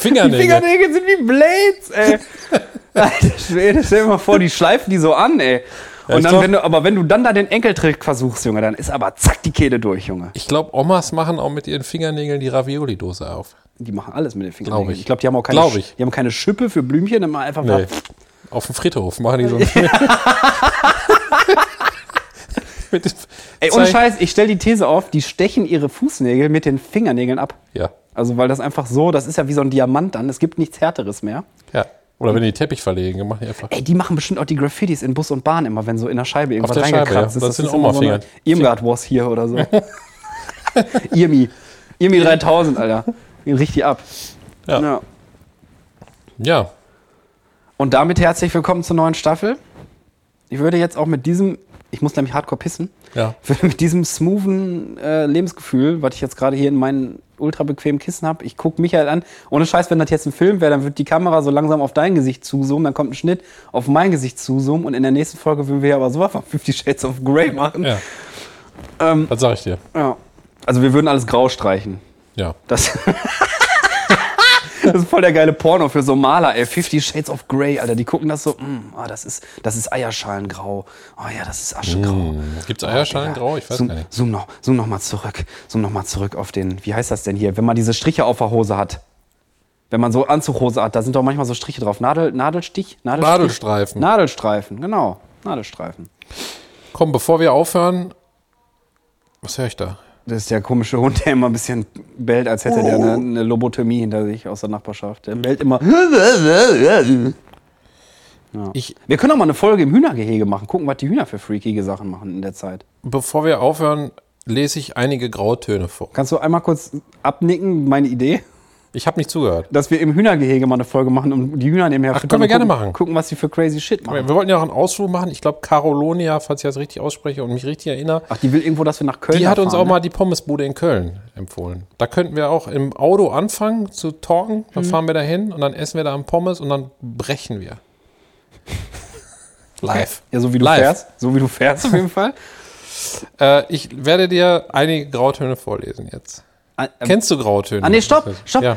S5: Fingernägel.
S1: Fingernägel sind wie Blades, ey. Alter Schwede, stell dir mal vor, die schleifen die so an, ey. Und dann,
S5: ich glaub-
S1: wenn du, aber wenn du dann da den Enkeltrick versuchst, Junge, dann ist aber zack die Kehle durch, Junge.
S5: Ich glaube, Omas machen auch mit ihren Fingernägeln die Ravioli-Dose auf.
S1: Die machen alles mit den Fingernägeln.
S5: Glaub ich.
S1: ich glaube, die haben auch keine,
S5: Glaub ich.
S1: die haben keine Schippe für Blümchen, immer einfach mal-
S5: Nee. Auf dem Friedhof machen die so ein mit den
S1: Ey, ohne
S5: Zeig-
S1: Scheiß, ich stelle die These auf, die stechen ihre Fußnägel mit den Fingernägeln ab.
S5: Ja.
S1: Also, weil das einfach so, das ist ja wie so ein Diamant dann, es gibt nichts härteres mehr.
S5: ja. Oder wenn die Teppich verlegen, dann machen die einfach.
S1: Ey, die machen bestimmt auch die Graffitis in Bus und Bahn immer, wenn so in der Scheibe irgendwas
S5: der Scheibe,
S1: reingekratzt
S5: ja.
S1: ist.
S5: Das sind auch
S1: immer
S5: mal
S1: so eine
S5: Finger.
S1: Irmgard was hier oder so. Irmi. Irmi 3000, Alter. Geht Richtig ab.
S5: Ja. ja.
S1: Und damit herzlich willkommen zur neuen Staffel. Ich würde jetzt auch mit diesem, ich muss nämlich hardcore pissen,
S5: Ja.
S1: Ich würde mit diesem smoothen äh, Lebensgefühl, was ich jetzt gerade hier in meinen ultra bequemen Kissen habe, ich gucke Michael an. Ohne Scheiß, wenn das jetzt ein Film wäre, dann wird die Kamera so langsam auf dein Gesicht zuzoomen, dann kommt ein Schnitt auf mein Gesicht zuzoomen und in der nächsten Folge würden wir aber sowas von 50 Shades of Grey machen.
S5: Ja.
S1: Ähm.
S5: das sag ich dir.
S1: Ja. Also wir würden alles grau streichen.
S5: Ja.
S1: Das, das ist voll der geile Porno für Somala, ey. 50 Shades of Grey, Alter. Die gucken das so, mm, ah, das ist, das ist Eierschalengrau. Oh ja, das ist Aschegrau. Oh,
S5: Gibt es Eierschalen grau? Ich weiß
S1: zoom,
S5: gar nicht.
S1: Zoom noch, zoom noch mal zurück. Zoom noch mal zurück auf den, wie heißt das denn hier? Wenn man diese Striche auf der Hose hat. Wenn man so Anzughose hat, da sind doch manchmal so Striche drauf. Nadel, Nadelstich? Nadelstich?
S5: Nadelstreifen.
S1: Nadelstreifen, genau. Nadelstreifen.
S5: Komm, bevor wir aufhören. Was höre ich da?
S1: Das ist der komische Hund, der immer ein bisschen bellt, als hätte
S5: Oh.
S1: der eine, eine Lobotomie hinter sich aus der Nachbarschaft. Der bellt immer.
S5: Ich,
S1: Wir können auch mal eine Folge im Hühnergehege machen. Gucken, was die Hühner für freakige Sachen machen in der Zeit.
S5: bevor wir aufhören, lese ich einige Grautöne vor.
S1: Kannst du einmal kurz abnicken, meine Idee?
S5: Ich habe nicht zugehört.
S1: Dass wir im Hühnergehege mal eine Folge machen und die Hühner nebenher
S5: Ach,
S1: füttern
S5: können wir
S1: und
S5: gerne
S1: gucken,
S5: machen.
S1: Gucken, was sie für crazy Shit machen.
S5: Wir wollten ja auch einen Ausflug machen. Ich glaube, Carolonia, falls ich das richtig ausspreche und mich richtig erinnere,
S1: Ach, die will irgendwo, dass wir nach Köln
S5: Die hat uns
S1: fahren,
S5: auch
S1: ne?
S5: mal die Pommesbude in Köln empfohlen. Da könnten wir auch im Auto anfangen zu talken. Dann
S1: Mhm.
S5: fahren wir da hin und dann essen wir da am Pommes und dann brechen wir. Live.
S1: Ja, so wie du
S5: Live.
S1: fährst. So wie du fährst auf jeden Fall.
S5: Äh, ich werde dir einige Grautöne vorlesen jetzt.
S1: Ah, ähm,
S5: Kennst du Grautöne?
S1: ah, nee, stopp, stopp.
S5: Ja.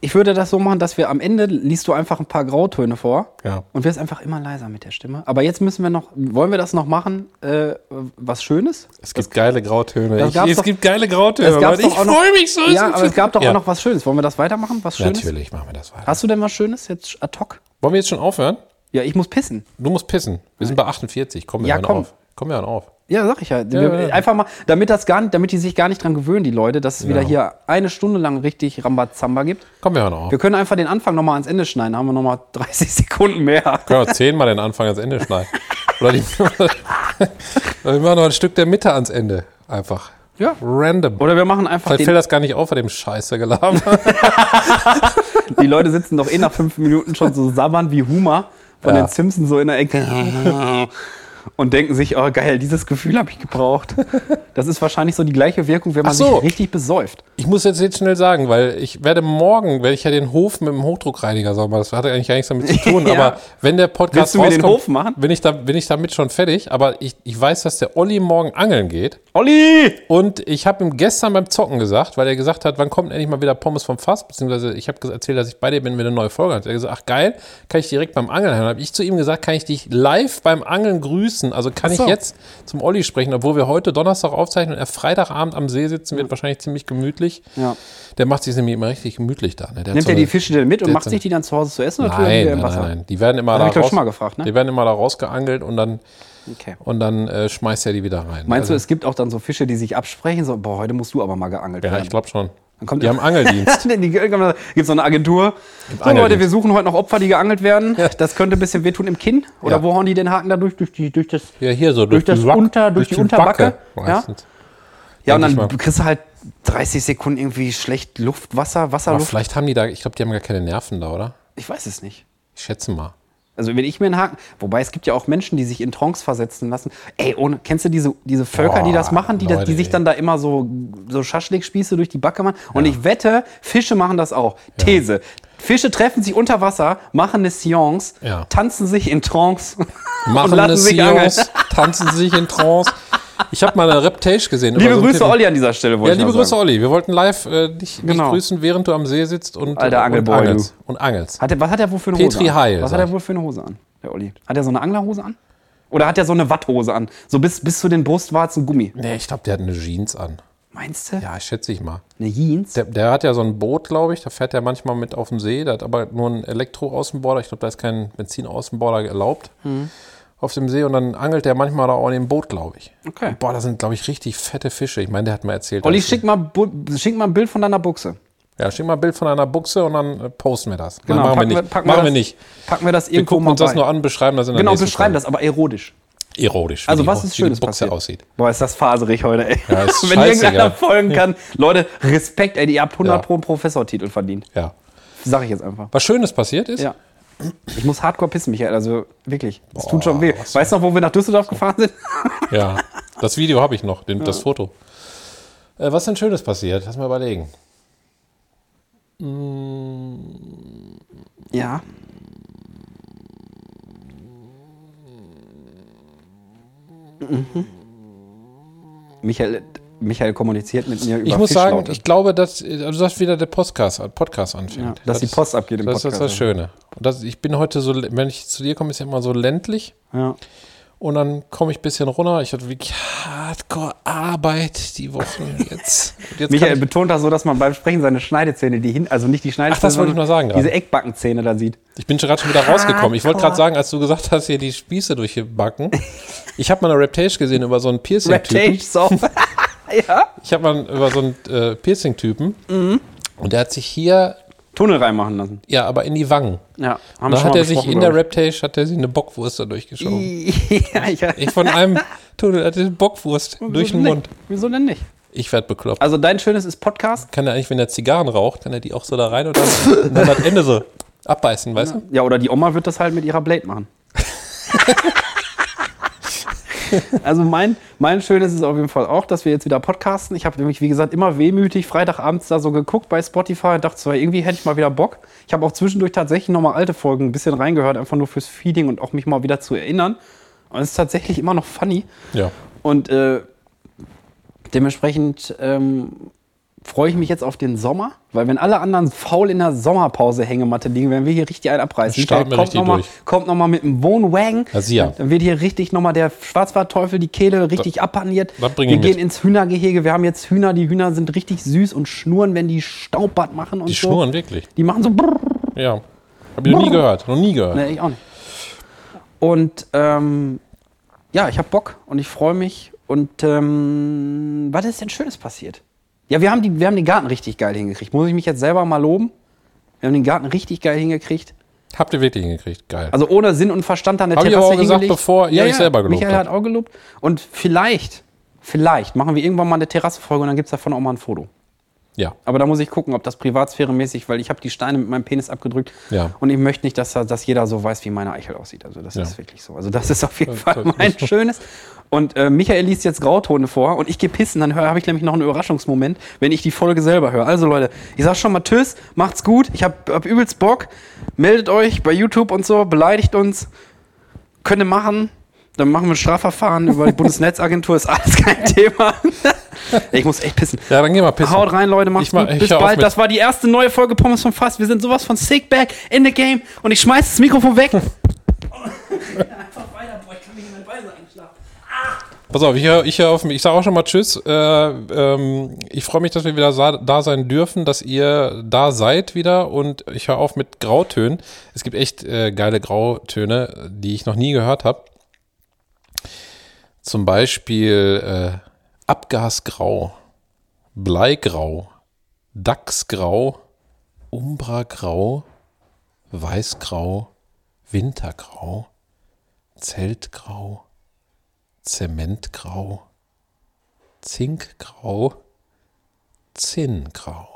S1: Ich würde das so machen, dass wir am Ende liest du einfach ein paar Grautöne vor
S5: Ja.
S1: und wirst einfach immer leiser mit der Stimme. Aber jetzt müssen wir noch, wollen wir das noch machen? Äh, was Schönes?
S5: Es gibt geile Grautöne.
S1: Das
S5: Ich,
S1: gab's
S5: es
S1: doch-
S5: gibt geile Grautöne.
S1: gab's
S5: Leute. Ich
S1: auch noch-
S5: freue mich so.
S1: Ja, aber es gab doch
S5: Ja.
S1: auch noch was Schönes. Wollen wir das weitermachen? Was Schönes?
S5: Natürlich machen wir das weiter.
S1: Hast du denn was Schönes jetzt ad hoc?
S5: Wollen wir jetzt schon aufhören?
S1: Ja, ich muss pissen.
S5: Du musst pissen. Wir sind bei 48. Komm, wir
S1: Ja,
S5: hören
S1: komm.
S5: auf. Komm, wir hören auf.
S1: Ja, sag ich ja.
S5: ja, ja.
S1: Einfach mal, damit das gar nicht, damit die sich gar nicht dran gewöhnen, die Leute, dass es wieder hier eine Stunde lang richtig Rambazamba gibt.
S5: Komm, wir hören auf.
S1: Wir können einfach den Anfang nochmal ans Ende schneiden, haben wir nochmal 30 Sekunden mehr.
S5: Können wir zehnmal den Anfang ans Ende schneiden. Oder die, Oder wir machen noch ein Stück der Mitte ans Ende. Einfach.
S1: Ja.
S5: Random.
S1: Oder wir machen einfach
S5: Vielleicht fällt
S1: den,
S5: das gar nicht auf bei dem Scheiße gelaber.
S1: Die Leute sitzen doch eh nach fünf Minuten schon so sabbern wie Homer von
S5: Ja.
S1: den Simpsons so in der Ecke. und denken sich, oh geil, dieses Gefühl habe ich gebraucht. Das ist wahrscheinlich so die gleiche Wirkung, wenn man
S5: Ach so.
S1: sich richtig besäuft.
S5: Ich muss jetzt, jetzt schnell sagen, weil ich werde morgen, werde ich ja den Hof mit dem Hochdruckreiniger sauber. Das hat eigentlich gar nichts damit zu tun,
S1: Ja.
S5: aber wenn der
S1: Willst
S5: Podcast
S1: du mir den Hof machen?
S5: Bin ich, da, bin ich damit schon fertig, aber ich, ich weiß, dass der Olli morgen angeln geht
S1: Olli!
S5: und ich habe ihm gestern beim Zocken gesagt, weil er gesagt hat, wann kommt endlich mal wieder Pommes vom Fass, beziehungsweise ich habe ges- erzählt, dass ich bei dir bin, wenn eine neue Folge hat. Er hat gesagt, ach geil, kann ich direkt beim Angeln hören. Habe ich zu ihm gesagt, kann ich dich live beim Angeln grüßen, also kann ich jetzt zum Olli sprechen, obwohl wir heute Donnerstag aufzeichnen und er Freitagabend am See sitzen wird, wahrscheinlich ziemlich gemütlich.
S1: Ja.
S5: Der macht sich nämlich immer richtig gemütlich da. Ne? Der hat
S1: Nimmt
S5: so
S1: er
S5: eine-
S1: die Fische denn mit und
S5: der
S1: macht
S5: hat so
S1: sich die dann zu Hause zu essen oder tut er die
S5: Nein,
S1: wieder
S5: nein,
S1: im Wasser?
S5: nein. Die werden immer
S1: Das
S5: da
S1: hab ich, glaub ich,
S5: raus-
S1: schon mal gefragt, ne?
S5: Die werden immer da rausgeangelt und dann,
S1: Okay.
S5: und dann äh, schmeißt er die wieder rein.
S1: Meinst du,
S5: Also,
S1: es gibt auch dann so Fische, die sich absprechen, so, boah, heute musst du aber mal geangelt
S5: Ja,
S1: werden.
S5: ich glaube schon.
S1: Dann kommt-
S5: die haben Angeldienst.
S1: Die- die- Gibt's so eine Agentur. So,
S5: Angeldienst.
S1: Leute, wir suchen heute noch Opfer, die geangelt werden. Das könnte ein bisschen wehtun im Kinn. Oder
S5: Ja.
S1: wo hauen die den Haken dadurch? Durch, die, durch das.
S5: Ja, hier so
S1: Durch das
S5: Wack-
S1: Unter- durch die Unterbacke, ja.
S5: meistens.
S1: Ja, und
S5: Denk ich
S1: dann
S5: mal.
S1: kriegst du halt 30 Sekunden irgendwie schlecht Luft, Wasser,
S5: Aber
S1: Wasserluft.
S5: vielleicht haben die da, ich glaube, die haben gar keine Nerven da, oder?
S1: Ich weiß es nicht.
S5: Ich schätze mal.
S1: Also wenn ich mir einen Haken, wobei es gibt ja auch Menschen, die sich in Trance versetzen lassen. Ey, ohne, kennst du diese, diese Völker, die das
S5: Boah,
S1: machen, die, das,
S5: Leute,
S1: die sich
S5: ey.
S1: dann da immer so, so Schaschlikspieße durch die Backe machen? Und ich wette, Fische machen das auch. These. Fische treffen sich unter Wasser, machen eine Seance,
S5: Ja.
S1: tanzen sich in Trance
S5: Machen
S1: und lassen
S5: eine
S1: sich angeln.
S5: Seance, tanzen sich in Trance. Ich habe mal eine Reptage gesehen.
S1: Liebe
S5: über so einen
S1: Grüße,
S5: Typen.
S1: Olli, an dieser Stelle.
S5: Ja,
S1: wollte ich
S5: liebe
S1: mal
S5: Grüße,
S1: sagen.
S5: Olli. Wir wollten live äh, dich,
S1: Genau.
S5: dich grüßen, während du am See sitzt und,
S1: Alter
S5: und
S1: Angelboy,
S5: angelst. Und angelst.
S1: Hat er, was hat er wohl für eine
S5: Petri
S1: Hose an?
S5: Heil,
S1: was
S5: sag
S1: hat er
S5: ich.
S1: wohl für eine Hose an, der Olli? Hat er so eine Anglerhose an? Oder hat er so eine Watthose an? So bis, bis zu den Brustwarzen Gummi.
S5: Nee, ich glaube, der hat eine Jeans an.
S1: Meinst du?
S5: Ja, schätze ich mal.
S1: Eine Jeans?
S5: Der, der hat ja so ein Boot, glaube ich. Da fährt er manchmal mit auf dem See. Der hat aber nur einen Elektro-Außenborder. Ich glaube, da ist kein Benzin-Außenborder erlaubt
S1: Hm.
S5: auf dem See. Und dann angelt der manchmal da auch in dem Boot, glaube ich.
S1: Okay.
S5: Boah, da sind, glaube ich, richtig fette Fische. Ich meine, der hat mir erzählt.
S1: Olli,
S5: dass-
S1: schick mal, Bu- schick mal ein Bild von deiner Buchse.
S5: Ja, schick mal ein Bild von einer Buchse und dann äh, posten wir das. Genau, machen wir
S1: packen
S5: nicht.
S1: packen
S5: machen wir,
S1: das,
S5: nicht.
S1: Packen wir das
S5: Wir
S1: irgendwo
S5: gucken
S1: mal
S5: uns das
S1: bei.
S5: nur an, beschreiben das in der
S1: Genau,
S5: nächsten
S1: beschreiben das,
S5: Folge.
S1: aber erotisch.
S5: Erotisch. wie
S1: Also
S5: die
S1: was
S5: Buch-
S1: ist
S5: wie die
S1: Schönes
S5: Buchse
S1: passiert?
S5: aussieht.
S1: Boah, ist das faserig heute, ey.
S5: Ja, ist
S1: Wenn
S5: scheißegal.
S1: irgendeiner folgen kann. Leute, Respekt, ey, ihr habt 100
S5: Ja.
S1: pro einen Professortitel verdient.
S5: Ja.
S1: Sag ich jetzt einfach.
S5: Was Schönes passiert ist?
S1: Ja. Ich muss hardcore pissen, Michael. Also wirklich, es tut schon weh.
S5: was
S1: Weißt du noch, wo wir nach Düsseldorf gefahren sind?
S5: Ja, das Video habe ich noch, den, das Foto. Äh, was denn Schönes passiert? Lass mal überlegen.
S1: Ja. Mhm. Michael, Michael kommuniziert mit mir über
S5: Ich muss sagen,
S1: Fischlaute.
S5: ich glaube, dass, also dass wieder der Podcast, Podcast anfängt.
S1: Ja, dass die Post abgeht im
S5: das Das ist das
S1: Podcast.
S5: Schöne. Und das, ich bin heute so, wenn ich zu dir komme, ist ja immer so ländlich.
S1: ja.
S5: Und dann komme ich ein bisschen runter. Ich hatte wirklich hardcore Arbeit die Wochen jetzt. Und jetzt
S1: Michael
S5: kann ich,
S1: betont das so, dass man beim Sprechen seine Schneidezähne, die hin, also nicht die Schneidezähne,
S5: Ach, das wollte ich
S1: sondern
S5: noch sagen
S1: diese
S5: gerade.
S1: Eckbackenzähne da sieht.
S5: ich bin gerade schon wieder rausgekommen. Ich wollte gerade sagen, als du gesagt hast, hier die Spieße durchgebacken. ich habe mal eine Raptage gesehen über so einen Piercing-Typen.
S1: Reptage so. ja.
S5: Ich habe mal über so einen äh, Piercing-Typen.
S1: Mhm.
S5: Und der hat sich hier,
S1: Tunnel reinmachen lassen.
S5: ja, aber in die Wangen.
S1: Ja, haben
S5: Und dann hat er sich
S1: besprochen,
S5: in der
S1: glaub
S5: Raptage, hat er sich eine Bockwurst da durchgeschoben.
S1: ich. ja, ich,
S5: Ich von einem Tunnel hatte Bockwurst durch den
S1: Wieso
S5: Mund.
S1: denn nicht? Wieso denn nicht?
S5: Ich werd bekloppt.
S1: Also dein schönes ist Podcast.
S5: kann er eigentlich, wenn er Zigarren raucht, kann er die auch so da rein und dann, und dann das Ende so abbeißen, weißt du?
S1: Ja, oder die Oma wird das halt mit ihrer Blade machen. also mein, mein Schönes ist auf jeden Fall auch, dass wir jetzt wieder podcasten. Ich habe nämlich, wie gesagt, immer wehmütig Freitagabends da so geguckt bei Spotify und dachte so, hey, irgendwie hätte ich mal wieder Bock. Ich habe auch zwischendurch tatsächlich nochmal alte Folgen ein bisschen reingehört, einfach nur fürs Feeding und auch mich mal wieder zu erinnern. Und es ist tatsächlich immer noch funny.
S5: Ja.
S1: Und äh, dementsprechend ähm, freue ich mich jetzt auf den Sommer, weil wenn alle anderen faul in der Sommerpause Hängematte liegen, werden wir hier richtig einen abreißen.
S5: Dann starten wir
S1: kommt
S5: richtig
S1: nochmal
S5: durch.
S1: kommt noch mal mit einem Wohnwagen.
S5: Ja, sieh ja.
S1: Dann wird hier richtig nochmal der Schwarzwaldteufel die Kehle richtig abpaniert.
S5: das bring ich
S1: wir gehen
S5: mit.
S1: ins Hühnergehege. Wir haben jetzt Hühner. Die Hühner sind richtig süß und schnurren, wenn die Staubbad machen und
S5: Die
S1: so.
S5: schnurren wirklich.
S1: Die machen so. Brrr.
S5: Ja. Hab ich noch nie gehört. Noch nie gehört.
S1: Nee, ich auch nicht. Und ähm, ja, ich habe Bock und ich freue mich. Und ähm, was ist denn Schönes passiert? Ja, wir haben, die, wir haben den Garten richtig geil hingekriegt. Muss ich mich jetzt selber mal loben? Wir haben den Garten richtig geil hingekriegt.
S5: Habt ihr wirklich hingekriegt. Geil.
S1: Also ohne Sinn und Verstand an der
S5: Hab ich
S1: Terrasse
S5: aber auch gesagt,
S1: hingelegt.
S5: bevor ihr euch selber gelobt
S1: Michael hat auch gelobt. Und vielleicht, vielleicht machen wir irgendwann mal eine Terrassenfolge und dann gibt es davon auch mal ein Foto.
S5: Ja.
S1: Aber da muss ich gucken, ob das privatsphäremäßig, weil ich habe die Steine mit meinem Penis abgedrückt
S5: Ja.
S1: und ich möchte nicht, dass, da- dass jeder so weiß, wie meine Eichel aussieht. Also das
S5: Ja.
S1: ist wirklich so. Also das ist auf jeden
S5: Ja,
S1: Fall
S5: das ist
S1: mein
S5: so.
S1: schönes. Und äh, Michael liest jetzt Grautone vor und ich gehe pissen, dann habe ich nämlich noch einen Überraschungsmoment, wenn ich die Folge selber höre. Also Leute, ich sag schon mal Tschüss, macht's gut, ich hab, hab übelst Bock, meldet euch bei YouTube und so, beleidigt uns, könnt ihr machen, dann machen wir ein Strafverfahren über die Bundesnetzagentur, ist alles kein Thema. ich muss echt pissen.
S5: Ja, dann geh mal pissen.
S1: Haut rein, Leute, macht's
S5: Ich mach-
S1: gut.
S5: ich
S1: Bis
S5: hör auf
S1: bald.
S5: mit-
S1: Das war die erste neue Folge Pommes vom Fass. Wir sind sowas von sick back in the game und ich schmeiß das Mikrofon weg.
S5: Pass auf, ich höre ich hör auf mich. Ich sage auch schon mal Tschüss. Äh, ähm, ich freue mich, dass wir wieder sa- da sein dürfen, dass ihr da seid wieder. Und ich höre auf mit Grautönen. Es gibt echt äh, geile Grautöne, die ich noch nie gehört habe. Zum Beispiel äh, Abgasgrau, Bleigrau, Dachsgrau, Umbragrau, Weißgrau, Wintergrau, Zeltgrau. Zementgrau, Zinkgrau, Zinngrau.